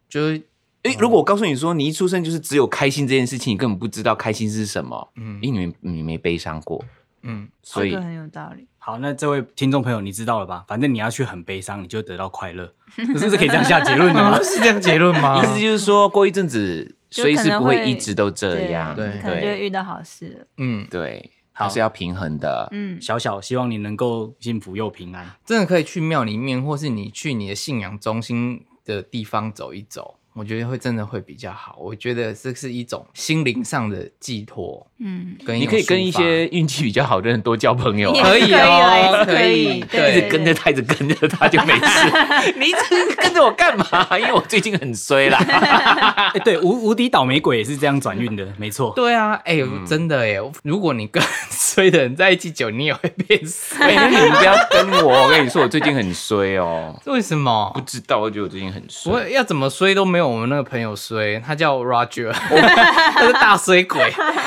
Speaker 3: 就是
Speaker 5: 嗯
Speaker 2: 诶，如果我告诉你说你一出生就是只有开心这件事情，你根本不知道开心是什么，
Speaker 3: 嗯
Speaker 2: 因为你没你没悲伤
Speaker 5: 哦
Speaker 2: 过，
Speaker 3: 嗯，
Speaker 2: 所以
Speaker 5: 这个很有道理。
Speaker 1: 好，那这位听众朋友你知道了吧？反正你要去很悲伤，你就得到快
Speaker 4: (laughs)
Speaker 1: 乐，可是是可以这样下结论的吗？
Speaker 3: 是这样结论吗
Speaker 2: (laughs) 意思就是说过一阵子，
Speaker 5: 啊就
Speaker 2: 随
Speaker 5: 可
Speaker 2: 时
Speaker 5: 能
Speaker 2: 不会
Speaker 5: 会
Speaker 2: 一直都这样，
Speaker 3: 对
Speaker 5: 可能就会
Speaker 2: 对
Speaker 5: 遇到好事了。
Speaker 3: 嗯，
Speaker 2: 对，它是要平衡的。
Speaker 5: 嗯，
Speaker 1: 小小，希望你能够幸福又平
Speaker 4: (laughs)
Speaker 1: 安。
Speaker 3: 真的可以去庙里面，或是你去你的信仰中心的地方走一走，我觉得会真的会比较好。我觉得这是一种心灵上的寄托，
Speaker 5: 嗯，
Speaker 3: 跟
Speaker 2: 你
Speaker 3: 种
Speaker 2: 可以跟一
Speaker 3: 抒发
Speaker 2: 些运气比较好的人多交朋友啊，
Speaker 5: (laughs)
Speaker 3: 可以哦，
Speaker 5: 可以啦
Speaker 3: 可以，
Speaker 5: 也是可以
Speaker 2: 一
Speaker 5: 对
Speaker 2: 直跟着他，一直跟着他就没
Speaker 5: (laughs)
Speaker 2: 事。你一直 (laughs) 跟着我干嘛？因为我最近很衰 (laughs) 啦。
Speaker 1: 哎，对，无无敌倒霉鬼也是这样转运的，没错。
Speaker 3: 对啊，哎、真的哎，如果你跟 (laughs) 衰的人在一起久，你也会变
Speaker 2: 哎
Speaker 3: 衰。
Speaker 2: 那你们不要跟我，我跟你说，我最近很衰哦。
Speaker 3: 为什么
Speaker 2: 不？知道，我觉得我最近很衰。
Speaker 3: 我要怎么衰都没有我们那个朋友衰，他叫 (laughs) Roger，他是大衰 (laughs) 鬼，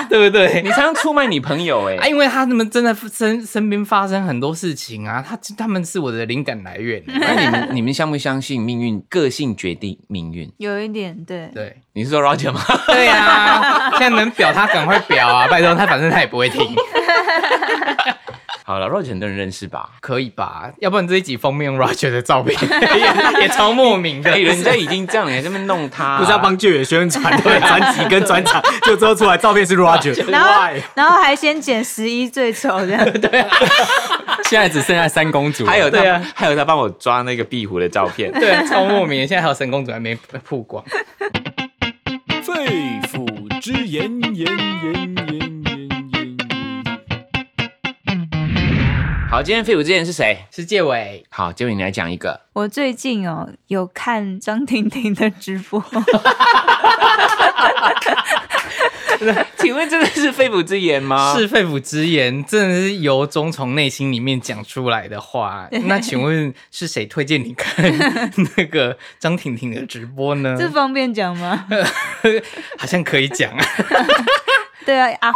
Speaker 3: 对不对？
Speaker 2: 你常常出卖你朋友 (laughs) 哎、
Speaker 3: 啊，因为他们真的身身边发生很多事情啊，他他们是我的灵感来源。
Speaker 2: 那你们你们相不相信命运？个性决定命运。
Speaker 5: 有一点对，
Speaker 3: 对
Speaker 2: 你是说 Roger 吗？ (laughs)
Speaker 3: 对啊，现在能表他赶快表啊，拜托他反正他也不会听，
Speaker 2: 好了，Roger 很多人认识 (laughs) 吧？
Speaker 3: 可以吧？要不然这一集封面 Roger 的照片也也超莫名的
Speaker 2: 哎、。人家已经这样，你还这么弄他、
Speaker 1: 不是要帮旧野宣 (laughs) 传对专辑跟专场，就之后出来照片是 Roger，
Speaker 5: 然后
Speaker 1: Why？
Speaker 5: 然后还先减十一最丑这样，
Speaker 4: (laughs) 现在只剩下三公主了，
Speaker 2: 还有
Speaker 3: 对
Speaker 2: 他，
Speaker 3: 啊
Speaker 2: 还有他帮我抓那个壁虎的照片。
Speaker 3: 对啊，超莫名的。现在还有神公主还没曝光。
Speaker 6: 肺腑之言，言言言言言言。
Speaker 2: (laughs) 好，今天废物之前是谁？
Speaker 3: 是介伟，
Speaker 2: 好，结尾你来讲一个。
Speaker 5: 我最近哦有看张婷婷的直播，
Speaker 2: (laughs) 请问这个是肺腑之言吗？
Speaker 3: 是肺腑之言，真的是由衷从内心里面讲出来的话。那请问是谁推荐你看那个张婷婷的直播呢？
Speaker 5: 这方便讲吗？ (laughs)
Speaker 3: 好像可以讲啊，
Speaker 5: 对啊啊，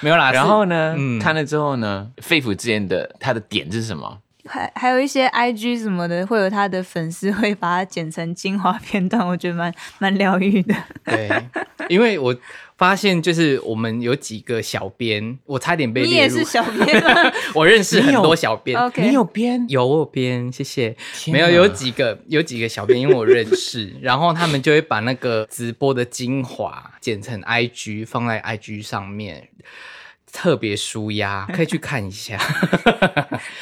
Speaker 3: 没有啦。
Speaker 2: 然后呢？
Speaker 3: 嗯
Speaker 2: 看了之后呢？啊肺腑之言的它的点是什么？
Speaker 5: 还还有一些 IG 什么的，会有他的粉丝会把它剪成精华片段，我觉得蛮蛮疗愈的。
Speaker 3: 是对，因为我发现就是我们有几个小编，我差点被
Speaker 5: 你
Speaker 3: 列
Speaker 5: 也
Speaker 3: 入
Speaker 5: 是，小编吗 (laughs)
Speaker 3: (laughs) 我认识很多小编。
Speaker 5: ？OK，你
Speaker 2: 编
Speaker 3: 有我有编，谢谢。
Speaker 2: 天
Speaker 3: 没有
Speaker 2: 哪
Speaker 3: 有几个有几个小编，因为我认识，然后他们就会把那个直播的精华剪成 IG 放在 IG 上面，特别舒压，可以去看一
Speaker 5: (laughs)
Speaker 3: 下，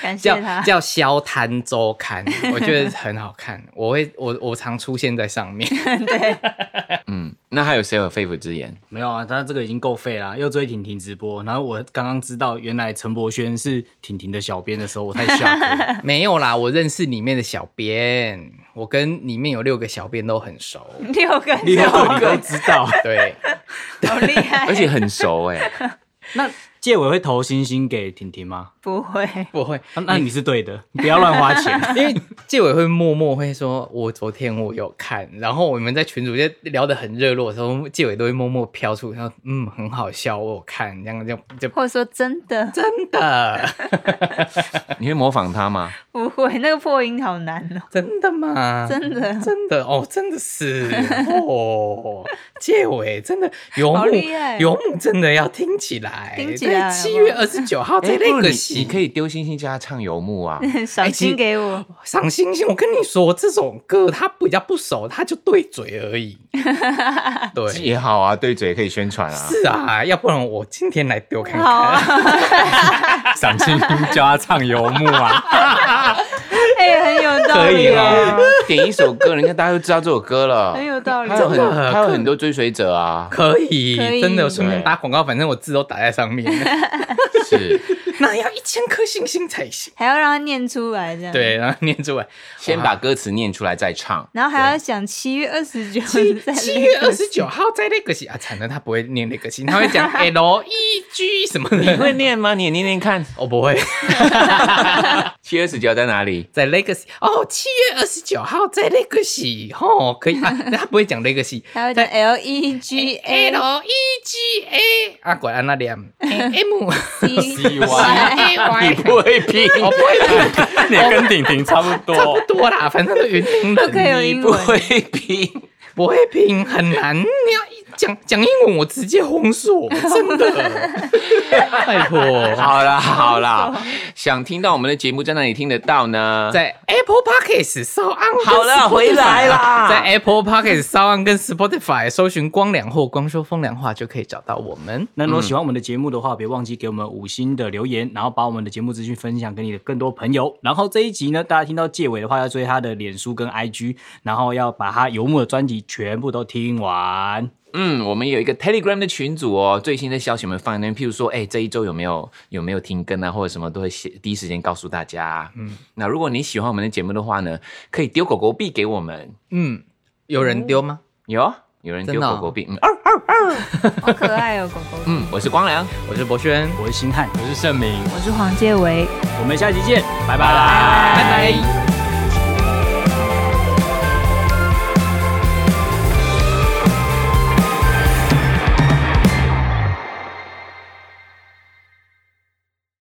Speaker 5: 感谢
Speaker 3: 叫
Speaker 5: 他。
Speaker 3: 叫消摊周刊，我觉得很好看，我会我我常出现在上
Speaker 5: (laughs)
Speaker 3: 面。
Speaker 2: 嗯，那还有谁有肺腑之言？
Speaker 1: 没有啊，他这个已经够废啦，又追婷婷直播，然后我刚刚知道原来陈柏轩是婷婷的小编的时候，我太 shock (laughs) 了。
Speaker 3: 没有啦，我认识里面的小编，我跟里面有六个小编都很熟，
Speaker 5: 六个
Speaker 1: 你
Speaker 5: 人
Speaker 1: 你都知道，
Speaker 3: 对，
Speaker 5: 好厉害，
Speaker 2: 而 (laughs) 且很熟哎、
Speaker 1: (laughs) 那介委会投星星给婷婷吗？
Speaker 5: 不会，
Speaker 3: 不会。
Speaker 1: 啊那你是对的，你不要乱花钱。 (laughs)
Speaker 3: 因为纪委会默默会说，我昨天我有看，然后我们在群组就聊得很热络的时候，纪委都会默默飘出，然后嗯，很好笑，我有看，这样就就
Speaker 5: 或者说真的
Speaker 3: 真的
Speaker 2: 你会模仿他吗？
Speaker 5: 不会，那个破音好难哦，
Speaker 3: 真的吗？
Speaker 5: 真的。
Speaker 3: 真的哦，真的是哦，纪委真的游
Speaker 5: 好
Speaker 3: 牧
Speaker 5: 厉害
Speaker 3: 游牧真的要听起来，
Speaker 5: 听起来
Speaker 3: 七月二十九号
Speaker 2: 哎
Speaker 3: 这
Speaker 2: 不如
Speaker 3: 那
Speaker 2: 你
Speaker 3: 个
Speaker 2: 你
Speaker 3: 戏
Speaker 2: 可以丢星星叫他唱游牧啊。
Speaker 5: 赏
Speaker 3: 其实
Speaker 5: 心给我，
Speaker 3: 赏星星，我跟你说，这种歌他比较不熟，他就对嘴而已，对，
Speaker 2: 也好啊，对嘴可以宣传啊。
Speaker 3: 是啊，要不然我今天来丢看
Speaker 5: 好
Speaker 3: 看。
Speaker 5: 啊，
Speaker 4: 赏清教他唱游牧
Speaker 1: (laughs)
Speaker 4: 啊，
Speaker 5: 哎、很有道
Speaker 2: 可以
Speaker 5: 理
Speaker 2: 啊
Speaker 5: 哦，，
Speaker 2: 点一首歌，人家大家都知道这首歌了。
Speaker 5: 很有道理
Speaker 2: 他有很
Speaker 3: 真的
Speaker 2: 他有很多追随者啊。
Speaker 3: 可以，
Speaker 5: 可以
Speaker 3: 真的顺便打广告，反正我字都打在上
Speaker 5: (laughs)
Speaker 3: 面，
Speaker 2: (laughs) 是，
Speaker 3: 那要一千颗星星才行。
Speaker 5: 还要让他念出来这样。，
Speaker 3: 对，然后念出
Speaker 5: (laughs)
Speaker 3: 来，
Speaker 2: 先把歌词念出来再唱。
Speaker 5: 然后还要想七月二十九
Speaker 3: 七
Speaker 5: 在
Speaker 3: 七月二十九号在那个戏啊，惨了，他不会念那个戏，他会
Speaker 5: (laughs)
Speaker 3: 讲 L E G 什么
Speaker 2: 你
Speaker 3: 的，
Speaker 2: 会念吗？你也念念看。
Speaker 3: 我不会。
Speaker 2: 七月十九在哪里？
Speaker 3: 在 Legacy 哦，七月二十九号在 Legacy 哦，可以啊，他不会讲
Speaker 5: (laughs)
Speaker 3: Legacy，
Speaker 5: 还有讲 L E G A
Speaker 3: L E G A 啊，果然那两
Speaker 5: (laughs)
Speaker 3: 哎 M
Speaker 5: C
Speaker 3: A Y，
Speaker 2: 不会 (laughs) 拼，
Speaker 3: 我 (laughs) 不会讲。
Speaker 4: 你跟婷婷差不
Speaker 3: 差不
Speaker 4: 多。
Speaker 3: 多
Speaker 5: (laughs)
Speaker 3: 啦，反正都云林人，
Speaker 5: 不可以有英
Speaker 2: 不
Speaker 5: 文，
Speaker 2: 会拼。
Speaker 3: 啊不会拼很难，你要一讲讲英文，我直接轰锁，真的， (laughs) 拜托，
Speaker 2: 好啦好 (laughs) 啦，想听到我们的节目在哪里听得到呢？
Speaker 3: 在 Apple Podcast 上岸，
Speaker 2: 好了，回来啦，
Speaker 3: 啊在 Apple Podcast 上岸跟 Spotify 搜寻“光良”或“光说风凉话”就可以找到我们。
Speaker 1: 那如果喜欢我们的节目的话，别忘记给我们五星的留言，然后把我们的节目资讯分享给你的更多朋友。然后这一集呢，大家听到结尾的话，要追他的脸书跟 IG，然后要把他游牧的专辑全部都听完。
Speaker 2: 嗯，我们有一个 Telegram 的群组哦，最新的消息我们放在那边。譬如说，哎、这一周有没有有没有停更啊，或者什么都会写第一时间告诉大家。嗯，那如果你喜欢我们的节目的话呢，可以丢狗狗币给我们。
Speaker 3: 嗯，有人丢吗？
Speaker 2: 有有人丢
Speaker 3: 真的哦
Speaker 2: 狗狗币，嗯、啊，
Speaker 5: 好可爱哦，狗狗。
Speaker 2: 嗯，我是光良，
Speaker 3: 我是博轩，
Speaker 1: 我是星汉，
Speaker 4: 我是盛明。
Speaker 5: 我是黄介维。
Speaker 1: 我们下期见，拜拜
Speaker 2: 拜拜
Speaker 5: 拜拜